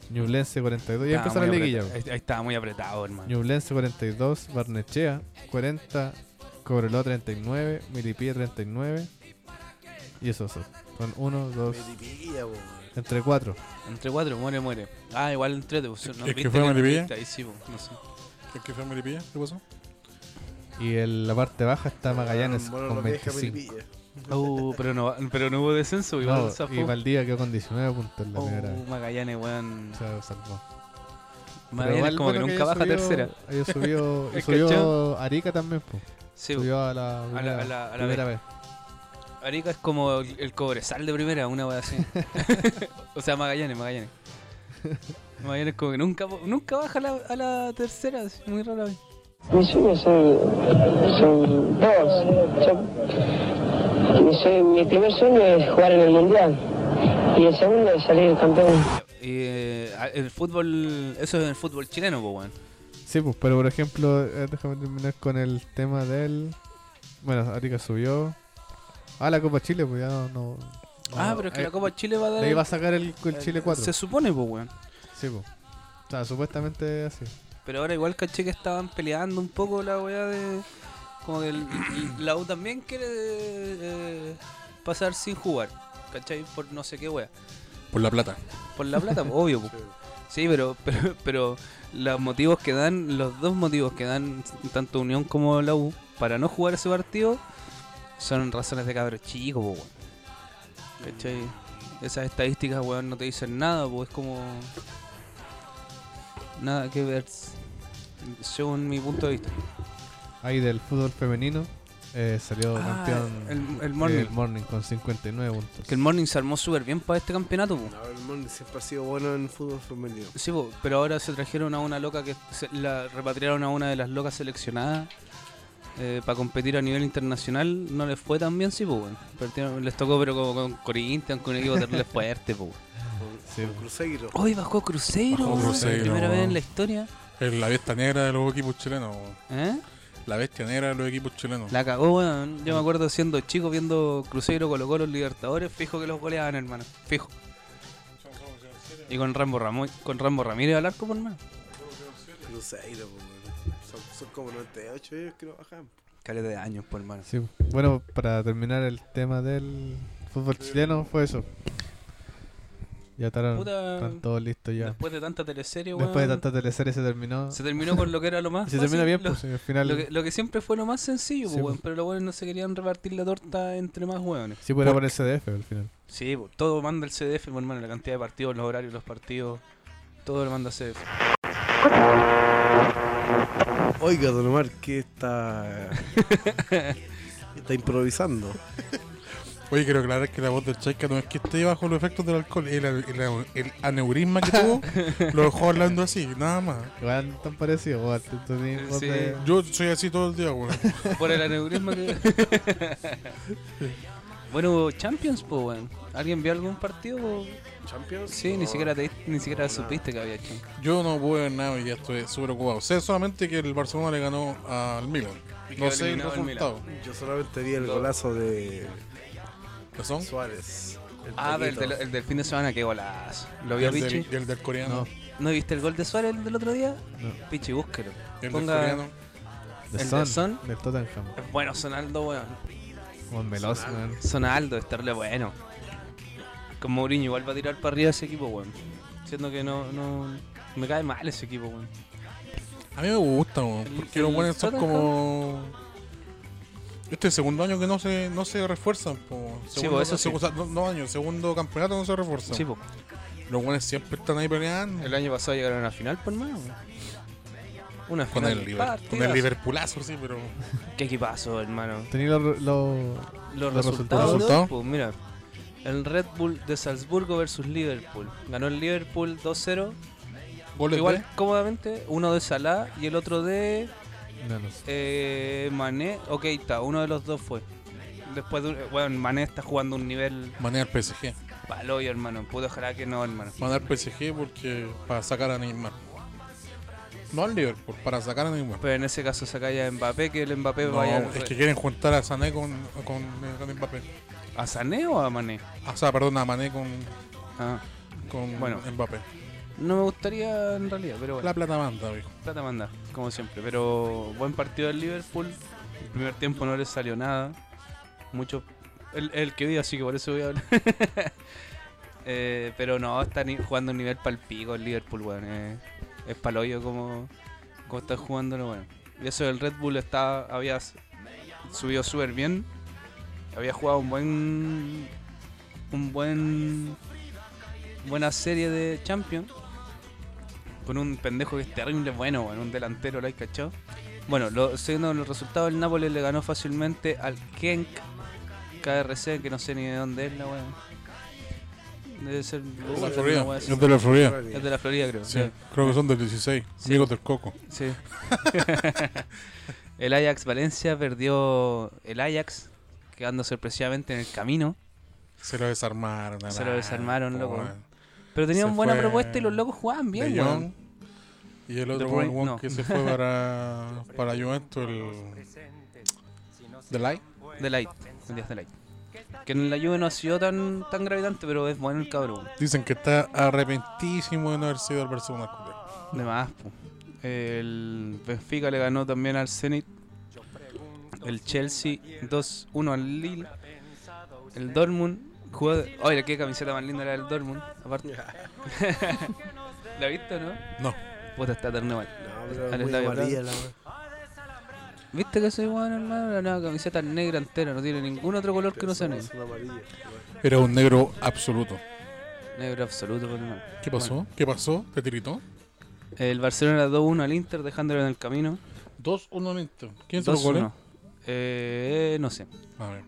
Ñublense 42. Y
Estaba
empieza la
muy
liguilla. pues.
apreta- Ahí, ahí estaba muy apretado, hermano.
Ñublense 42, Barnechea 40, Cobreloa 39, Milipilla 39. Y eso son. Son 1, 2,
Melipilla, po, weón.
entre 4.
Entre cuatro, muere, muere. Ah, igual entre de
¿Es que fue Melipilla?
Ahí sí, po, no sé.
¿Qué- ¿Qué fue Melipilla? ¿Qué pasó?
Y en la parte baja está Magallanes
Bueno,
con
lo que deja
25.
Melipilla.
Uh, pero, no, pero no hubo descenso, igual
No,
zafó.
y Valdivia quedó con 19 puntos en la
Oh,
primera vez.
Magallanes, weón.
O sea, salvó.
Magallanes
Pero igual,
como que
bueno,
nunca
haya
baja a
subido-
tercera.
haya subido- y
¿Cachai?
subió Arica también, po.
Sí,
subió a la
la-
primera,
a la- a la
primera vez.
Arica es como el, el cobresal de primera, una weá así. o sea, Magallanes, Magallanes. Magallanes como que nunca, nunca baja a la, a la tercera, así, muy rara vez.
Misiones son, son dos. Yo- mi sue- mi primer sueño es jugar en el Mundial y el segundo es salir campeón.
Y eh, a- el fútbol, eso es el fútbol chileno, po, weón.
Sí, pues, pero por ejemplo, eh, déjame terminar con el tema del. Bueno, Arica subió. Ah, la Copa Chile, pues ya no. no-
Ah,
no-
pero es que
ahí-
la Copa Chile va a dar.
De ahí va a sacar el, el
eh,
Chile 4.
Se supone, po, weón.
Sí, pues. O sea, supuestamente así.
Pero ahora igual caché que estaban peleando un poco la weá de. Como que el- la U también quiere eh, pasar sin jugar. ¿Cachai? Por no sé qué weá.
Por la plata.
Por la plata, pues, obvio. po. Sí, pero, pero, pero los motivos que dan, los dos motivos que dan tanto Unión como la U para no jugar ese partido son razones de cabros chicos, po, weón. ¿Cachai? Esas estadísticas, weón, no te dicen nada, pues es como. Nada que ver, según mi punto de vista.
Ahí del fútbol femenino eh, salió
Ah,
campeón.
el- el Morning.
con 59 puntos.
Que el Morning se armó súper bien para este campeonato, po.
No, el Morning siempre ha sido bueno en fútbol femenino.
Sí, po, pero ahora se trajeron a una loca que se- la repatriaron a una de las locas seleccionadas para competir a nivel internacional. No les fue tan bien, sí, pues, bueno. Les tocó, pero como con Corinthians, con un equipo terrible fuerte, pues.
Con,
Sí,
con
po.
Cruzeiro.
Hoy bajó Cruzeiro,
Bajó
weón,
Cruzeiro,
primera
weón.
vez en la historia.
Es la bestia negra de los equipos chilenos. weón.
¿Eh?
La bestia negra de los equipos chilenos.
La cagó, weón. Yo me acuerdo siendo chico viendo Cruzeiro, Colo Colo, Libertadores, fijo que los goleaban, hermano. Fijo. Y con Rambo, Ramo- con Rambo Ramírez al arco, por hermano.
Cruzeiro, po, weón. Son, son como 98 ellos que no bajan.
Caleta de años, por hermano.
Sí, bueno, para terminar el tema del fútbol chileno fue eso. Ya estarán,
Puta.
están todos listos ya.
Después de tanta teleserie, weón.
Después de tanta teleserie se terminó.
Se terminó con lo que era lo
Y
más.
se termina
fácil,
bien,
lo,
pues al final.
lo que, lo que siempre fue lo más sencillo,
Sí,
pues,
po.
weón, pero los weones no se querían repartir la torta entre más hueones.
Sí, pues era por el CDF al final.
Sí,
pues,
po, todo manda el CDF, po, hermano, la cantidad de partidos, los horarios, los partidos, todo lo manda el CDF.
Oiga, Don Omar, ¿qué está. está improvisando?
Oye, quiero aclarar que la voz del Chaika no es que esté bajo los efectos del alcohol, el, el- el aneurisma que tuvo lo dejó hablando así, nada más.
Igual tan parecido, weón. Tú tenés voz
Sí.
de-
Yo soy así todo el día, weón.
Por el aneurisma que. bueno, hubo Champions, pues, weón. ¿Alguien vio algún partido? po?
¿Champions?
Sí, ni
No.
siquiera, te, ni siquiera supiste que había Champions.
Yo no puedo ver nada y ya estoy súper ocupado. Sé solamente que el Barcelona le ganó al Milan.
Y quedó
No sé el
eliminado el
resultado.
Yo solamente vi el
No.
golazo de
¿Lo son?
Suárez. el
Ah, pero el,
Paquito.
del- el del fin de semana, qué golazo. ¿Lo
Y
vio
el, del,
Pichi?
y el del coreano.
No,
¿No viste el gol de Suárez el del otro día?
no.
Pichi, búsquelo.
el del
Ponga.
coreano.
The
¿El
Sun,
The Sun?
Del Tottenham.
Es Bueno, Sonaldo, weón.
Buen veloz, weón.
Sonaldo, estarle bueno. Con Mourinho igual va a tirar para arriba ese equipo, weón. Siendo que no, no. Me cae mal ese equipo, weón.
A mí me gusta, weón,
El-
porque los
el
buenos son
Tottenham.
como. Este es el segundo año que no se, no se refuerzan, po.
Sí,
Segundo-
po, eso sí.
segu- o sea, no, no año, segundo campeonato no se refuerzan.
Sí, po.
Los buenos siempre están ahí peleando.
El año pasado llegaron a una final, por más, weón. Una
Con
final.
el, Liver- con el
partidazo.
Liverpoolazo, sí, pero.
¿Qué equipazo, hermano?
Tenía los. Lo... Los
Los, resultados.
resultados. ¿Resultado?
pues, mira, el Red Bull de Salzburgo versus Liverpool. Ganó el Liverpool 2-0.
Goles
Igual
de-
cómodamente, uno de Salah y el otro de
No, no sé.
eh, Mané o Keita. Uno de los dos fue. Después de, bueno, Mané está jugando un nivel
Manejar PSG.
paloyo, hermano. Puedo ojalá que no, hermano.
Manejar PSG porque para sacar a Neymar. No al Liverpool, para sacar a Neymar.
Pero en ese caso saca ya a Mbappé, que el Mbappé
No,
vaya
es que quieren juntar a Sané con, con, con Mbappé. Ah,
a Sané o a Mané.
O sea, perdón, a Mané con,
Ah,
con
Bueno.
Mbappé.
no me gustaría en realidad, pero bueno.
La plata manda, viejo.
Plata manda, como siempre. Pero buen partido del Liverpool. El primer tiempo no le salió nada. Mucho. El, el que vi, así que por eso voy a hablar. Eh, pero no, está ni- jugando a un nivel palpico el Liverpool, weón. eh. es paloyo como, como está jugándolo, weón. Y eso del Red Bull está, había s- subido súper bien. Había jugado un buen. Un buen. Buena serie de Champions con un pendejo que es terrible bueno, weón, un delantero, ¿lo hay cachado? Bueno, lo, siguiendo con los resultados, el Nápoles le ganó fácilmente al Genk KRC, que no sé ni de dónde es la weón. Debe ser.
Es de
debe
la
ser una
Florida.
weá así.
Es de la Florida.
Suárez.
Es de la Florida, creo.
Sí,
ya.
creo que son del 16. Amigos del Coco.
Sí. el Ajax Valencia perdió el Ajax, quedando sorpresivamente en el camino.
Se lo desarmaron. a
Se
la-
lo desarmaron, loco.
Bueno,
Pero tenían
Se
buena
fue
propuesta y los locos jugaban bien,
De
weón.
Jong. Y el otro
De Bruyne,
weón
no.
que se fue para, para Juventus, el. The Light.
De Light, el Díaz de Light. Que en la lluvia no ha sido tan, tan gravitante, pero es bueno el cabrón.
Dicen que está arrepentísimo de no haber sido al Barcelona. culero.
De más, po. El Benfica le ganó también al Zenit. El Chelsea 2-1 al Lille. El Dortmund jugó. Oye, qué camiseta más linda era del Dortmund. Aparte. ¿La viste o no?
No.
Puta, está eterno mal.
No, pero
Al
muy
estadio,
amarilla la wea.
¿Viste que soy bueno, hermano? La nueva camiseta negra entera. No tiene ningún otro color que no sea
Es
negro.
una amarilla.
Era un negro absoluto.
Negro absoluto, por hermano.
¿Qué pasó? ¿Qué pasó? ¿Te tiritó?
El Barcelona 2-1 al Inter, dejándolo en el camino.
2-1 Inter. ¿Quién hizo los goles?
2-1. Eh, no sé.
A ver.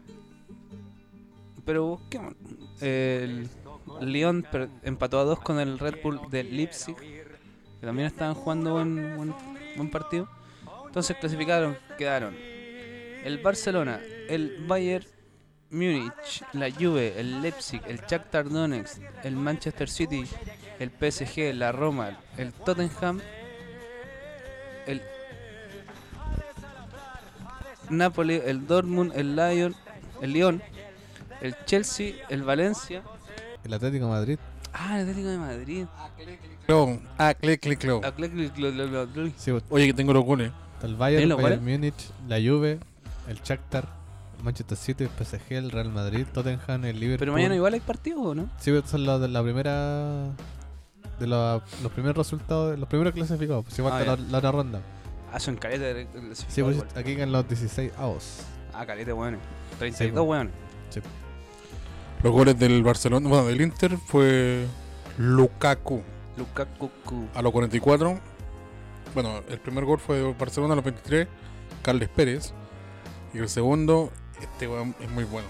Pero busquemos. El Lyon per- empató a dos con el Red Bull de Leipzig, que también estaban jugando buen, buen, buen partido. Entonces clasificaron, quedaron el Barcelona, el Bayern Múnich, la Juve, el Leipzig, el Shakhtar Donetsk, el Manchester City, el PSG, la Roma, el Tottenham, el Napoli, el Dortmund, el Lyon, el Lyon, el Chelsea, el Valencia.
El Atlético de Madrid.
Ah, el Atlético de Madrid.
Clon. Ah, clic, clic, clon.
La Clec- Clec- Clec- Clec- Clec- Clec-
Sí, pues,
Oye, que tengo los goles.
está el Bayern,
Dilo,
el Bayern Múnich, la Juve, el Shakhtar, Manchester City, el PSG, el Real Madrid, Tottenham, el Liverpool.
Pero mañana igual hay partido, ¿o ¿no?
Sí, pues, son los de la primera. De la- los primeros resultados, los primeros clasificados. Pues igual
Ah,
está
ya.
la, la otra ronda.
Ah, son caleta de- de- de-
Sí,
de-
pues aquí en los 16 avos.
Ah, caleta, weón. 32
Sí, pues.
weón.
Los goles del Barcelona, bueno, del Inter fue Lukaku
Lukaku. cu.
a los 44. Bueno, el primer gol fue de Barcelona a los 23, Carles Pérez. Y el segundo, este weón es muy bueno.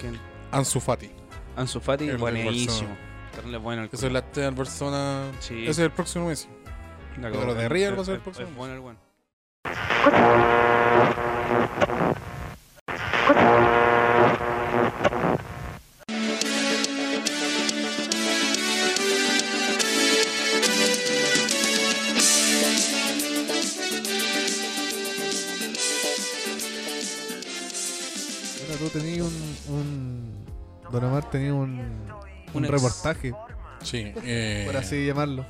¿Quién?
Ansu Fati.
Ansu Fati,
El
buenísimo. Terrible bueno el
Esa es la tercera persona.
Sí.
Ese es el próximo mes.
La
Pero
cagó.
de Real va a ser el
Es-
próximo.
Es bueno el bueno.
Bueno, tú tenías un, un. Don Omar tenía un, un
ex-
reportaje,
Sí. eh,
por así llamarlo.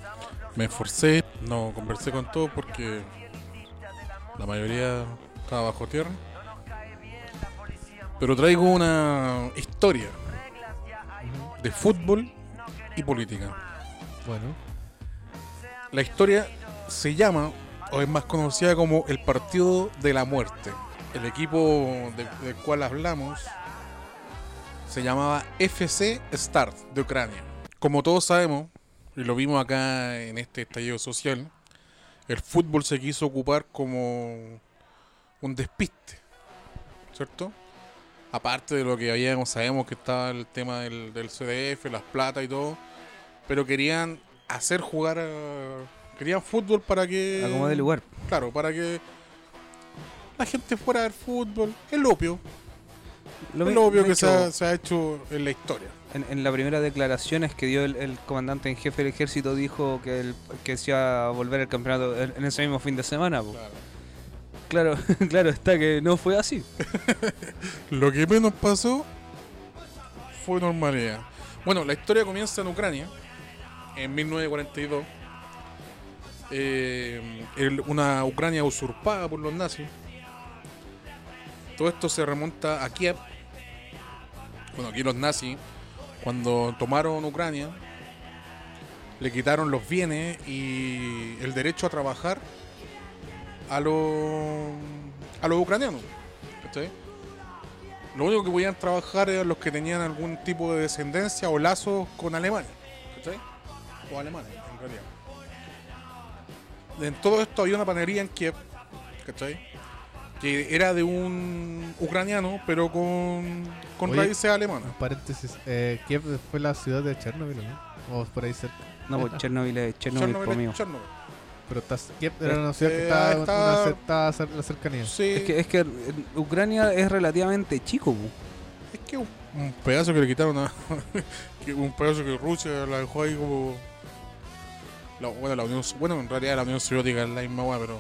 Me esforcé, no conversé con todos porque la mayoría estaba bajo tierra. Pero traigo una historia de fútbol y política.
Bueno,
La historia se llama, o es más conocida como el Partido de la Muerte. El equipo de- del cual hablamos se llamaba FC Start de Ucrania. Como todos sabemos, y lo vimos acá en este estallido social, el fútbol se quiso ocupar como un despiste, ¿cierto? Aparte de lo que habíamos, sabemos que estaba el tema del, del CDF, las plata y todo, pero querían hacer jugar, a- querían fútbol para que...
Acomoda el lugar.
Claro, para que la gente fuera a ver fútbol, el opio,
Lo,
es
vi-
lo obvio
de
que se
hecho,
ha, se ha hecho en la historia.
En, en la primera declaración es que dio el, el comandante en jefe del ejército dijo que, el, que se iba a volver el campeonato en, en ese mismo fin de semana. po. Claro, claro está que no fue así.
Lo que menos pasó fue normalidad. Bueno, la historia comienza en Ucrania, en 1942. Eh, el- una Ucrania usurpada por los nazis. Todo esto se remonta a Kiev. Bueno, aquí los nazis, cuando tomaron Ucrania, le quitaron los bienes y el derecho a trabajar a los, a los ucranianos. ¿cachai? Lo único que podían trabajar eran los que tenían algún tipo de descendencia o lazos con Alemania. ¿Cachai? O alemanes, en realidad. En todo esto había una panadería en Kiev, ¿cachai? Que era de un ucraniano, pero con, con
Oye.
raíces alemanas.
un paréntesis. Eh, Kiev fue la ciudad de Chernobyl, ¿no? O por ahí cerca.
No, pues Chernobyl es Chernobyl,
Chernobyl
po,
es
mío.
Chernobyl.
Pero estás, Kiev era una ciudad
Eh,
que estaba,
ah, está-
una cer- estaba cer- la cercanía.
Sí,
Es que, es que eh, Ucrania es relativamente chico. po.
Es que un, un pedazo que le quitaron a. que un pedazo que Rusia la dejó ahí como. la- bueno, la Unión, bueno, en realidad la Unión Soviética es la misma weá, pero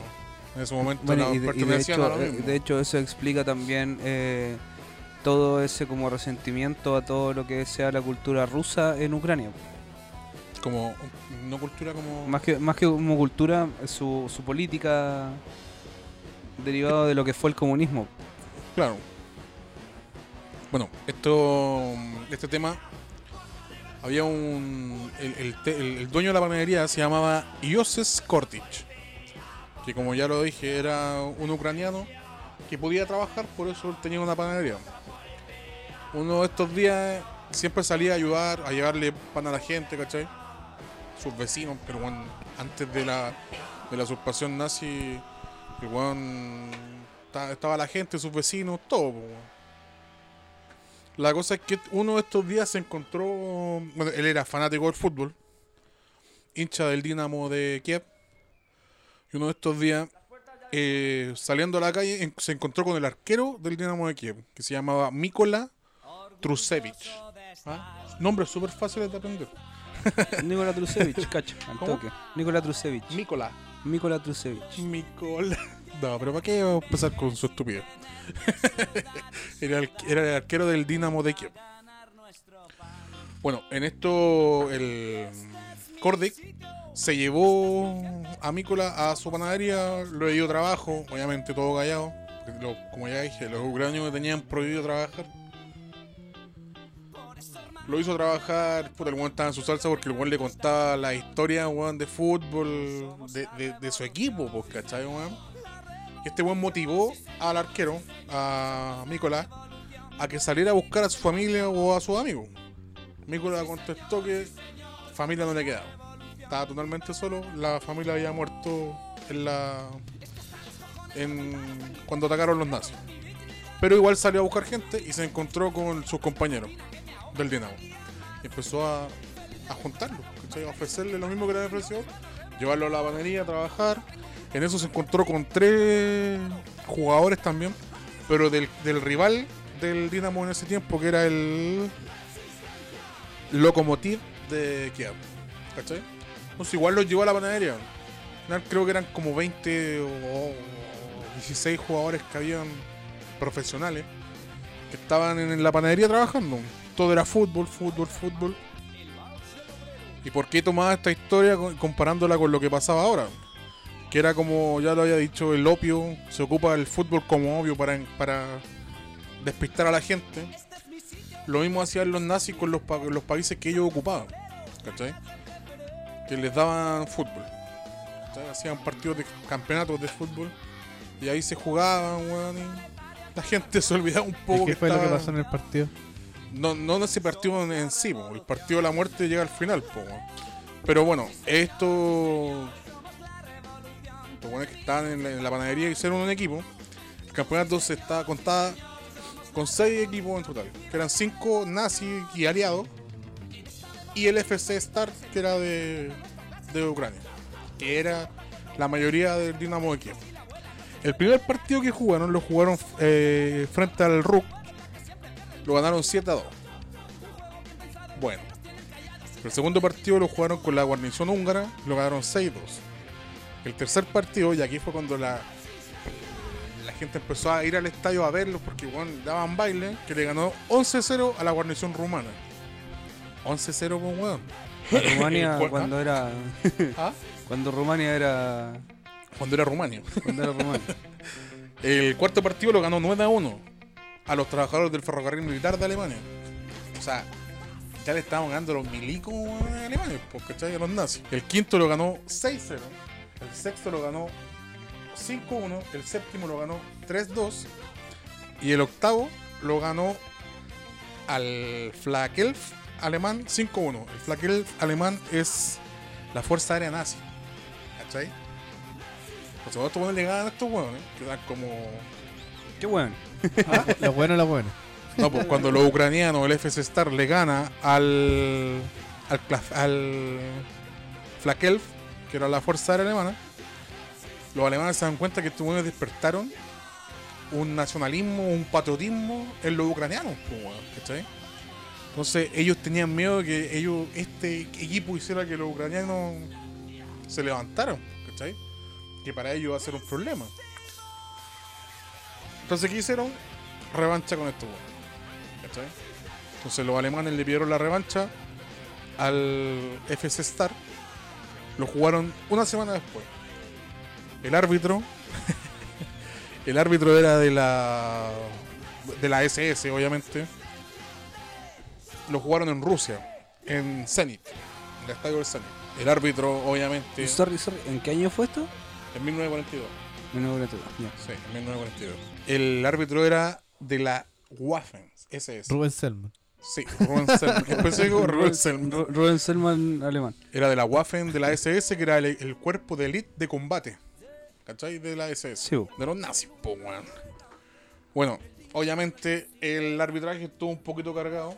en ese momento
Bueno,
la-
y de, y de
pertenecían a
hecho,
lo
eh,
mismo.
de hecho eso explica también eh, todo ese como resentimiento a todo lo que sea la cultura rusa en Ucrania.
como. No cultura como.
Más que, más que como cultura, su, su política derivada de lo que fue el comunismo.
Claro. Bueno, esto. Este tema. Había un. El, el te- el- el dueño de la panadería se llamaba Ioses Kortich. Que como ya lo dije, era un ucraniano que podía trabajar, por eso él tenía una panadería. Uno de estos días siempre salía a ayudar, a llevarle pan a la gente, ¿cachai? Sus vecinos, pero bueno, antes de la, de la usurpación nazi, el weón, ta- estaba la gente, sus vecinos, todo. po, weón. La cosa es que uno de estos días se encontró. Bueno, él era fanático del fútbol, hincha del Dinamo de Kiev. Y uno de estos días, eh, saliendo a la calle, en- se encontró con el arquero del Dinamo de Kiev, que se llamaba Mikola Trusevich. ¿Ah? Nombres súper fáciles de aprender.
Nikola Trusevich, cacho, al
¿Cómo?
toque. Nikola Trusevich.
Mikola.
Nikola Trusevich.
Mikola. No, pero ¿para qué vamos a empezar con su estupidez? era, el, era el arquero del Dinamo de Kiev. Bueno, en esto el Kordic se llevó a Mikola a su panadería, le dio trabajo, obviamente todo callado. porque lo- como ya dije, los ucranianos tenían prohibido trabajar. Lo hizo trabajar, puta, el weón estaba en su salsa porque el weón le contaba la historia, weón, de fútbol, de, de- de su equipo, pues, ¿cachai, weón? Y este weón motivó al arquero, a Nicolás, a que saliera a buscar a su familia o a sus amigos. Nicolás contestó que familia no le quedaba. Estaba totalmente solo, la familia había muerto en la... En, cuando atacaron los nazis. Pero igual salió a buscar gente y se encontró con sus compañeros del Dinamo. Y empezó a, a juntarlo, ¿cachai? a ofrecerle lo mismo que le había ofrecido, llevarlo a la panadería a trabajar. En eso se encontró con tres jugadores también, pero del, del rival del Dinamo en ese tiempo, que era el Lokomotiv de Kiev. ¿Cachai? Entonces igual los llevó a la panadería. Al final Creo que eran como 20 o 16 jugadores que habían profesionales que estaban en la panadería trabajando. Todo era fútbol, fútbol, fútbol. ¿Y por qué tomaba esta historia co- comparándola con lo que pasaba ahora? Que era como ya lo había dicho, el opio, se ocupa el fútbol como opio para, para despistar a la gente. Lo mismo hacían los nazis con los, pa- los países que ellos ocupaban. ¿Cachai? Que les daban fútbol. ¿cachai? Hacían partidos de campeonatos de fútbol. Y ahí se jugaban, weón. y La gente se olvidaba un
¿Y
poco
¿Qué
que
fue lo que
estaba-
pasó en el partido?
no, no en ese partido en, en sí, po. el partido de la muerte llega al final, po, weón. pero bueno, esto. Los buenos que estaban en la, en la panadería hicieron un equipo. El campeonato se está contaba con seis equipos en total, que eran cinco nazis y aliados, y el FC Star, que era de, de Ucrania, que era la mayoría del Dinamo de Kiev. El primer partido que jugaron lo jugaron eh, frente al RUK, lo ganaron 7 a 2. Bueno, el segundo partido lo jugaron con la guarnición húngara, lo ganaron 6 a 2. El tercer partido, y aquí fue cuando la, la gente empezó a ir al estadio a verlos porque bueno, daban baile, que le ganó 11 a 0 a la guarnición rumana. 11 a 0 con weón.
Rumania
Cu-
cuando era.
¿Ah?
Cuando Rumania era.
Cuando era Rumania.
Cuando era Rumania.
El cuarto partido lo ganó 9 a 1 a los trabajadores del ferrocarril militar de Alemania. O sea, ya le estaban ganando los milicos a Alemania, porque a los nazis. El quinto lo ganó 6-0, el sexto lo ganó 5-1, el séptimo lo ganó 3-2 y el octavo lo ganó al Flakelf alemán 5-1. El Flakelf alemán es la Fuerza Aérea Nazi. ¿Cachai? Por supuesto, bueno, le ganan a estos hueones, que dan como
Qué bueno.
Lo bueno, lo bueno.
no, pues cuando los ucranianos, el FC Star, le gana al. al, Cla- al Flakelf, que era la fuerza aérea alemana, los alemanes se dan cuenta que estos hueones despertaron un nacionalismo, un patriotismo en los ucranianos, pues, hueón, ¿cachai? Entonces ellos tenían miedo de que ellos, este equipo hiciera que los ucranianos se levantaran, ¿cachai? Que para ellos va a ser un problema. Entonces, ¿qué hicieron? Revancha con estos hueones. ¿cachai? Entonces los alemanes le pidieron la revancha al FC Star. Lo jugaron una semana después. El árbitro. el árbitro era de la. de la SS, obviamente. Lo jugaron en Rusia, en Zenit, en el estadio del Zenit. El árbitro, obviamente, en
Eh, Sorry, sorry. ¿En qué año fue esto?
1942.
1942. Ya.
Sí, en 1942. El árbitro era de la Waffen SS.
Rubén Selman.
Sí, Rubén Selman. En específico, Rubén Selman.
Ru- Rubén Selman alemán.
Era de la Waffen, de la SS, que era el, el cuerpo de elite de combate. ¿Cachai? De la SS.
Sí, bo.
de los nazis, po, weón. Bueno, obviamente el arbitraje estuvo un poquito cargado.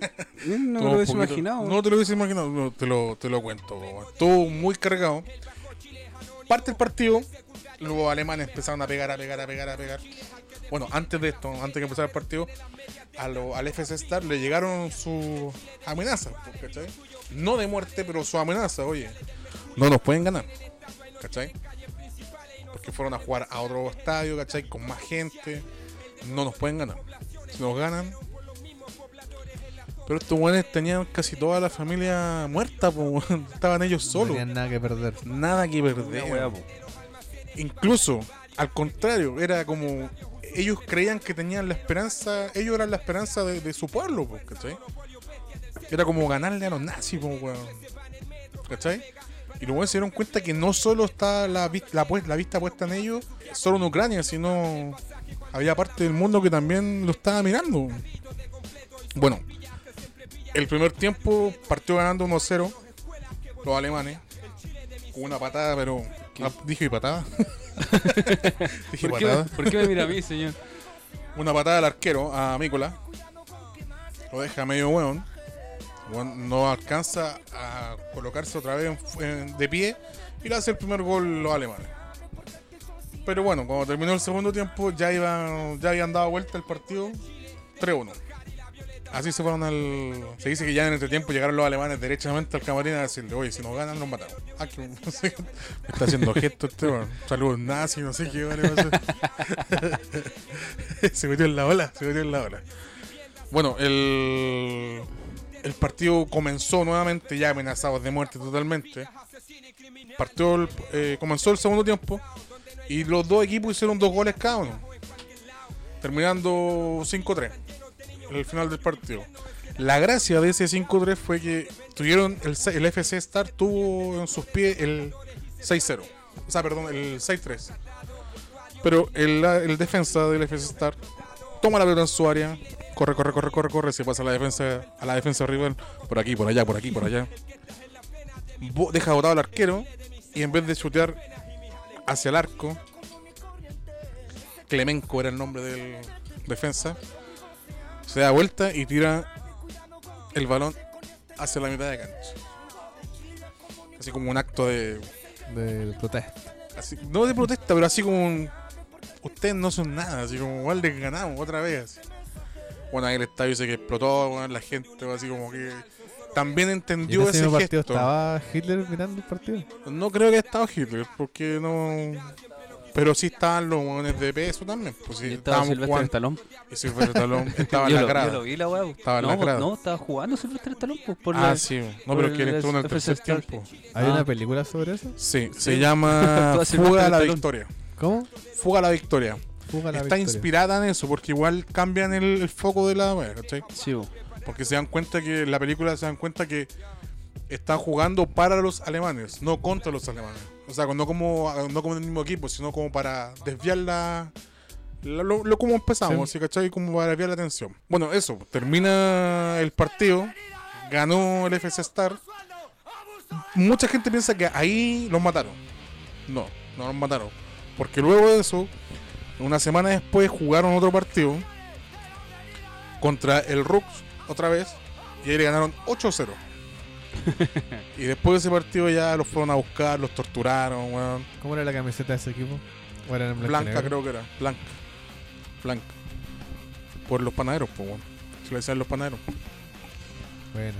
Eh, No me
Estuvo
lo
un
hubiese
poquito-
imaginado.
No te lo hubiese imaginado, no, te, lo, te lo cuento. po, weón. Estuvo muy cargado. Parte el partido, los alemanes empezaron a pegar, a pegar, a pegar, a pegar. Bueno, antes de esto, antes que empezara el partido, a lo- al FC Star le llegaron sus amenazas, po, ¿cachai? No de muerte, pero su amenaza, oye. No nos pueden ganar, ¿cachai? Porque fueron a jugar a otro estadio, ¿cachai? Con más gente. No nos pueden ganar. Si nos ganan, pero estos weones tenían casi toda la familia muerta, po, weón. estaban ellos
No
solos.
tenían nada que perder.
Nada que
Una
perder.
weá, po.
Incluso, al contrario, era como ellos creían que tenían la esperanza, ellos eran la esperanza de, de su pueblo, po, ¿cachai? Era como ganarle a los nazis, po, weón. ¿cachai? Y luego se dieron cuenta que no solo está la, vis- la, pues- la vista puesta en ellos, solo en Ucrania, sino había parte del mundo que también lo estaba mirando. Bueno, el primer tiempo partió ganando 1-0 los alemanes, con una patada, pero... Ah, ¿Dije patada? dije
¿Por
patada.
qué, por qué me mira a mí, señor?
una patada al arquero, a Mícola. Lo deja medio hueón. Hueón No alcanza a colocarse otra vez en- en- de pie y le hace el primer gol los alemanes. Pero bueno, cuando terminó el segundo tiempo ya, iba, ya habían dado vuelta el partido 3-1. Así se fueron al. Se dice que ya en este tiempo llegaron los alemanes derechamente al camarín a decirle, oye, si nos ganan, nos matamos. Ah, que no sé qué- está haciendo gestos este, weón. Saludos nazis, no sé qué, weón, le pasó. se metió en la ola, se metió en la ola. Bueno, el. El partido comenzó nuevamente, ya amenazados de muerte totalmente. Partió el- eh, comenzó el segundo tiempo y los dos equipos hicieron dos goles cada uno, terminando 5-3 el final del partido. La gracia de ese 5-3 fue que tuvieron el, se- el FC Star tuvo en sus pies el 6-0. O sea, perdón, el 6-3. Pero el, el defensa del FC Star toma la pelota en su área, corre, corre, corre, corre, corre, se pasa a la defensa, a la defensa rival, por aquí, por allá, por aquí, por allá. Bo- Deja botado al arquero y en vez de chutear hacia el arco, Clemenco era el nombre del defensa, se da vuelta y tira el balón hacia la mitad de cancha. Así como un acto de.
de protesta.
así- no de protesta, pero así como un. Ustedes no son nada, así como igual les ganamos otra vez. así. Bueno, ahí el estadio se que explotó, bueno, la gente, así como que. También
Y en
entendió
ese
ese
mismo partido
gesto.
estaba Hitler mirando el partido.
No creo que haya estado Hitler, porque no. Pero sí estaban los hueones de peso también. Pues sí,
Y estaba
estábamos
Silvestre
jugando-
Stallone.
y Silvestre Stallone estaba en
yo,
la
lo,
grada.
yo lo vi la weá.
Estaba en
no,
la
pues,
grada.
no, estaba jugando Silvestre Stallone. Pues, por
ah,
la-
sí, no,
por
pero que él
el-
entró en el
el
tercer
Star.
tiempo.
¿Hay
Ah.
una película sobre eso?
Sí, se llama
Todas
Fuga a la
circunstancias.
Victoria.
¿Cómo?
Fuga a la Victoria.
Fuga a la
Está
victoria.
inspirada en eso, porque igual cambian el, el foco de la. bueno, ¿cachai?
pues. Sí, bo.
Porque se dan cuenta que en la película se dan cuenta que están jugando para los alemanes, no contra los alemanes. O sea, no como, no como el mismo equipo, sino como para desviar la. la- lo, lo- como empezamos, ¿sí? ¿cachai? Como para desviar la atención. Bueno, eso, termina el partido, ganó el FC Star. Mucha gente piensa que ahí los mataron. No, no los mataron. Porque luego de eso, una semana después jugaron otro partido contra el Rux otra vez y ahí le ganaron 8-0. y después de ese partido ya los fueron a buscar, los torturaron, weón.
¿Cómo era la camiseta de ese equipo? ¿O era en blanco y
Blanca
negro?
creo que era, blanca. Blanca. Por los panaderos, pues, weón. Se le decían los panaderos.
Bueno,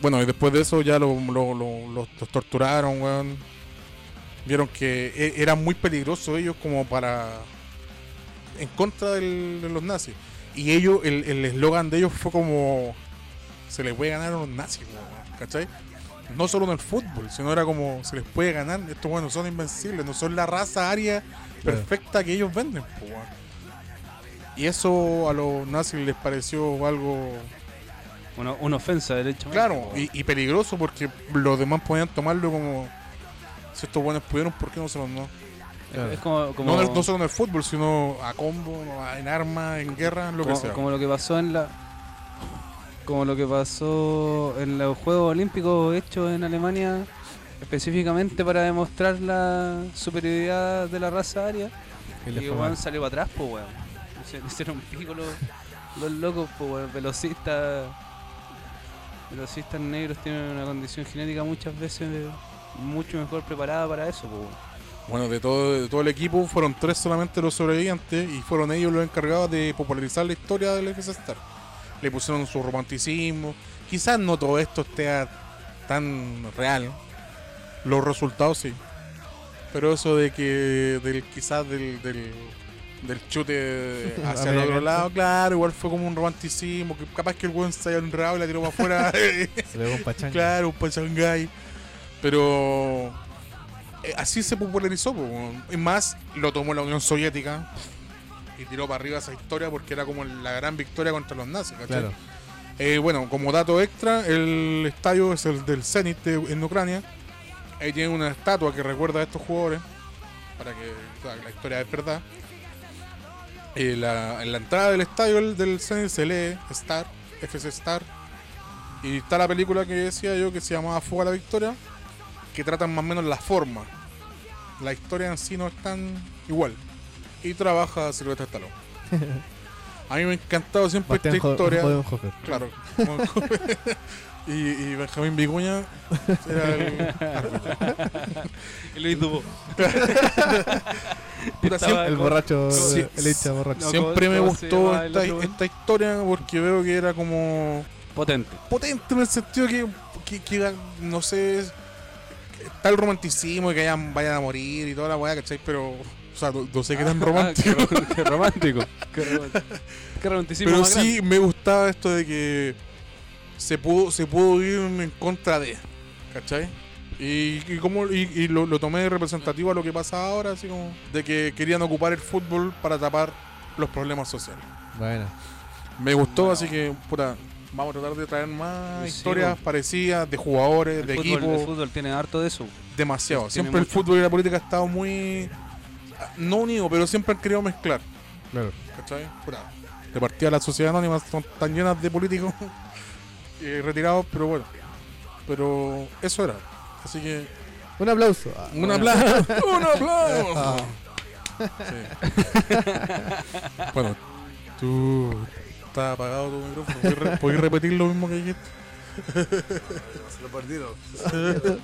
Bueno, y después de eso ya lo- lo- lo- los, los torturaron, weón. Vieron que e- eran muy peligrosos ellos como para... En contra del- de los nazis. Y ellos, el el eslogan de ellos fue como... Se les puede ganar a los nazis, weón. ¿Cachai? No solo en el fútbol, sino era como... Se les puede ganar. Estos weones son invencibles. No son la raza aria
Claro.
perfecta que ellos venden, po, weón. Y eso a los nazis les pareció algo
Una, una ofensa, derechamente.
Claro, y, y peligroso porque los demás podían tomarlo como si estos buenos pudieron, ¿por qué no se los no?
claro.
Es como, como,
eh, No, en el- no solo en el fútbol, sino a combo, en armas, en guerra, en lo que
como,
sea.
como lo que pasó en la. Como lo que pasó en los Juegos Olímpicos hechos en Alemania, específicamente para demostrar la superioridad de la raza aria.
y le
Y
fue mal.
weón salió para atrás, po weón. Se le hicieron pico los, los locos, po weón. Velocistas. Velocistas negros tienen una condición genética muchas veces mucho mejor preparada para eso, po weón.
Bueno, de todo, de todo el equipo fueron tres solamente los sobrevivientes y fueron ellos los encargados de popularizar la historia del FC Star. Le pusieron su romanticismo. Quizás no todo esto esté a- tan real. Los resultados sí. Pero eso de que del, quizás del, del, del chute hacia el
media
otro
cancha.
lado, claro, igual fue como un romanticismo. Que capaz que el buen se haya enredado y la tiró para afuera.
Se le dio un pachanga.
Claro, un pachangay. Pero eh, así se popularizó. po, weón. Y más, lo tomó la Unión Soviética y tiró para arriba esa historia porque era como la gran victoria contra los nazis. ¿cachai?
Claro.
Eh, bueno, como dato extra, el estadio es el del Zenit de- en Ucrania. Ahí tienen una estatua que recuerda a estos jugadores para que o sea, la historia es verdad. Eh, la- en la entrada del estadio el- del Zenit se lee Star, FC Star. Y está la película que decía yo que se llamaba Fuga a la Victoria, que tratan más o menos la forma. La historia en sí no es tan igual. Y trabaja Silvestre Stallone. A mí me ha encantado siempre
Bastián
esta
Jo-
historia.
Joven Hofer.
Claro. como- y, y Benjamín Vicuña era el-
Y Luis Dubó.
Puta, siempre-
El borracho,
Sí.
el hincha borracho.
No,
siempre me
¿cómo se
gustó
llama el
esta,
otro, weón?
esta historia porque veo que era como
Potente.
potente en el sentido que, que, que era, no sé, tal romanticismo y que hayan- vayan a morir y toda la weá, ¿cachai? Pero, o sea, no, no sé qué tan romántico.
Ah, qué, ro- qué romántico. Qué romántico. Qué romanticismo
Pero
más grande.
sí me gustaba esto de que se pudo, se pudo ir en contra de, ¿cachai? Y, y como, y, y lo, lo tomé representativo a lo que pasa ahora, así como de que querían ocupar el fútbol para tapar los problemas sociales.
Bueno,
Me gustó,
Bueno.
así que puta, vamos a tratar de traer más
Sí,
historias
bueno.
parecidas de jugadores,
El
de
fútbol,
equipos.
el fútbol tiene harto de eso.
demasiado.
Tiene
siempre el
mucho.
fútbol y la política ha estado muy. ah, No unido, pero siempre han querido mezclar.
claro.
¿Cachai? Puta, De partida las sociedades anónimas son tan llenas de políticos eh, retirados, pero bueno. Pero eso era. Así que.
Un aplauso. Ah,
¡Un aplauso! Ah. ¡Un aplauso! Sí. bueno, tú. Está apagado tu micrófono. ¿Puedes re- ¿Puedes repetir lo mismo que dijiste?
Se lo perdieron.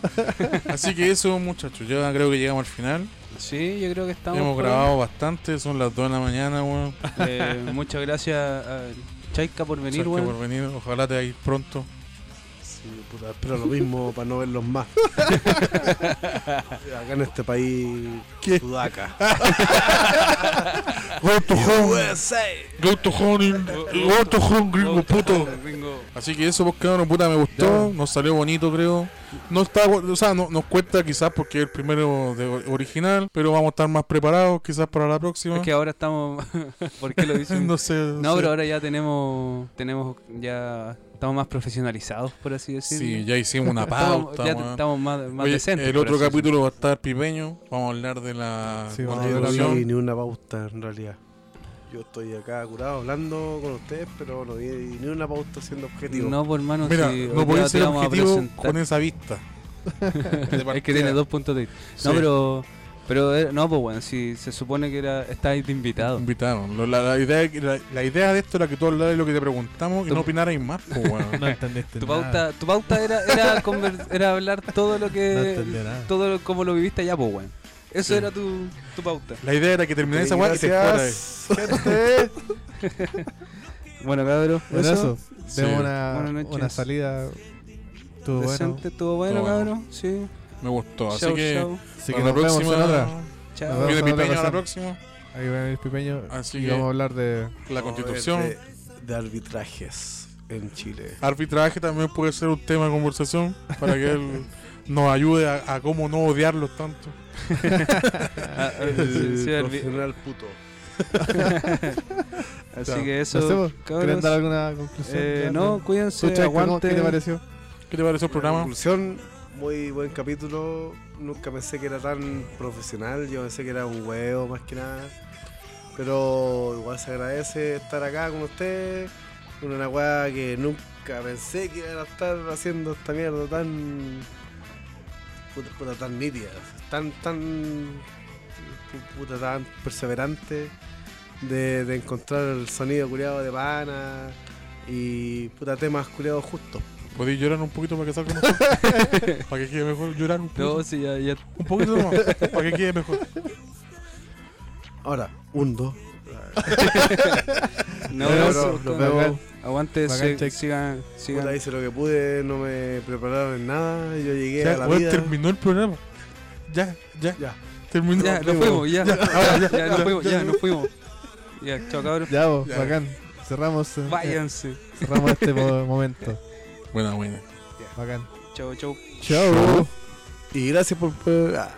Así que eso, muchachos. Ya creo que llegamos al final.
Sí, yo creo que estamos.
Hemos
por-
grabado bastante, son las 2 de la mañana, weón.
Eh, muchas gracias a Chaika por venir,
Gracias
weón.
por venir. Ojalá te vayas pronto.
Sí, puta, espero lo mismo para no verlos más. Acá en este país.
¿Qué?
Sudaca.
Go to home, go to home, go to home, gringo puto.
Gringo.
Así que eso, pues cabrón, puta, me gustó. Nos salió bonito, creo. No está, o sea, no, nos cuesta quizás porque es el primero de o- original, pero vamos a estar más preparados quizás para la próxima.
Es que ahora estamos. ¿Por qué lo dicen?
no sé.
No,
sé.
pero ahora ya tenemos, tenemos, ya estamos más profesionalizados, por así decirlo.
Sí, ya hicimos una
estamos,
pauta.
ya
weón.
estamos más, más
Oye,
decentes.
el
por
otro
así
capítulo va a estar pipeño. Vamos a hablar de la
Sí, vamos a
yo
hablar
no
Habla-
constitución.
vi ni una pauta en realidad. Yo estoy acá curado hablando con ustedes, pero no vi ni una pauta siendo
decirlo.
objetivo.
No, por hermano,
Mira,
si hoy
no podía
día te
ser
vamos a
objetivo
presentar.
con esa vista.
Es que tiene dos puntos de No, pero, pero eh, no, pues bueno, si se supone que era estáis de invitado.
Invitaron. Lo- La, la idea, la, la idea de esto era que tú hablaras de lo que te preguntamos y
Tu-
no opinaras más. po, weón.
No entendiste
Tu
nada.
pauta, tu pauta era, era, conver- era hablar todo lo
No
que,
entendí nada.
todo lo- como lo viviste allá, pues bueno.
Sí.
Eso era tu, tu pauta.
La idea era que terminara esa weá y te fueras.
Gracias, gente.
Bueno, cabrón,
Bueno, eso.
Sí.
Demos una,
Buenas noches.
una salida. Estuvo bueno.
Decente, estuvo bueno,
Estuvo bueno.
cabrón. Sí.
Me gustó. Así
Chau,
que.
chau.
Así que
para
nos vemos en otra.
Chao.
Nos vemos.
Viene
en otra
Pipeño a la
ocasión.
próxima.
Ahí va a venir Pipeño.
Así
y
que-
vamos a hablar de.
La
Oh,
constitución.
De, de arbitrajes en Chile.
Arbitraje también puede ser un tema de conversación para que él nos ayude a, a cómo no odiarlos tanto.
Ah, ah,
El
sí, sí, el vi-
profesional puto.
Así que
No sé,
eso,
pues, ¿Quieren
cabros.
dar alguna conclusión?
Eh,
Ya,
no,
¿tú,
cuídense,
Checo, cómo-
aguante.
¿Qué te pareció?
¿Qué te pareció el
En
programa?
conclusión, muy buen capítulo. Nunca pensé que era tan profesional. Yo pensé que era un huevo más que nada. Pero igual se agradece estar acá con ustedes. Una weá que nunca pensé que iba a estar haciendo esta mierda tan. puta, puta, tan nítida. Tan, tan. pu- puta, tan perseverante. De, de encontrar el sonido culiado de pana. Y puta, temas culiados justos.
¿Podéis llorar un poquito para que salga mejor? ¿Para que quede mejor llorar un poquito?
No, sí, ya, ya.
Un poquito nomás. ¿Para que quede mejor?
Ahora, un, dos.
No,
Pero,
eso,
nos
cabros.
vemos.
Aguante,
Bacán,
se-
check.
sigan,
Puta,
sigan.
hice lo que pude, no me prepararon en nada, yo llegué
Ya,
a la
weón,
vida.
terminó el programa. Ya, ya,
Ya.
terminó.
Ya, nos fuimos, ya. Ya, nos fuimos, ya, nos fuimos. Ya, chao, cabros.
Ya, vos,
Ya.
bacán. Cerramos, eh,
Váyanse.
cerramos este mo- momento.
Buena, buena.
Bacán.
Chao, chao.
Chao.
Y gracias por... por- ah.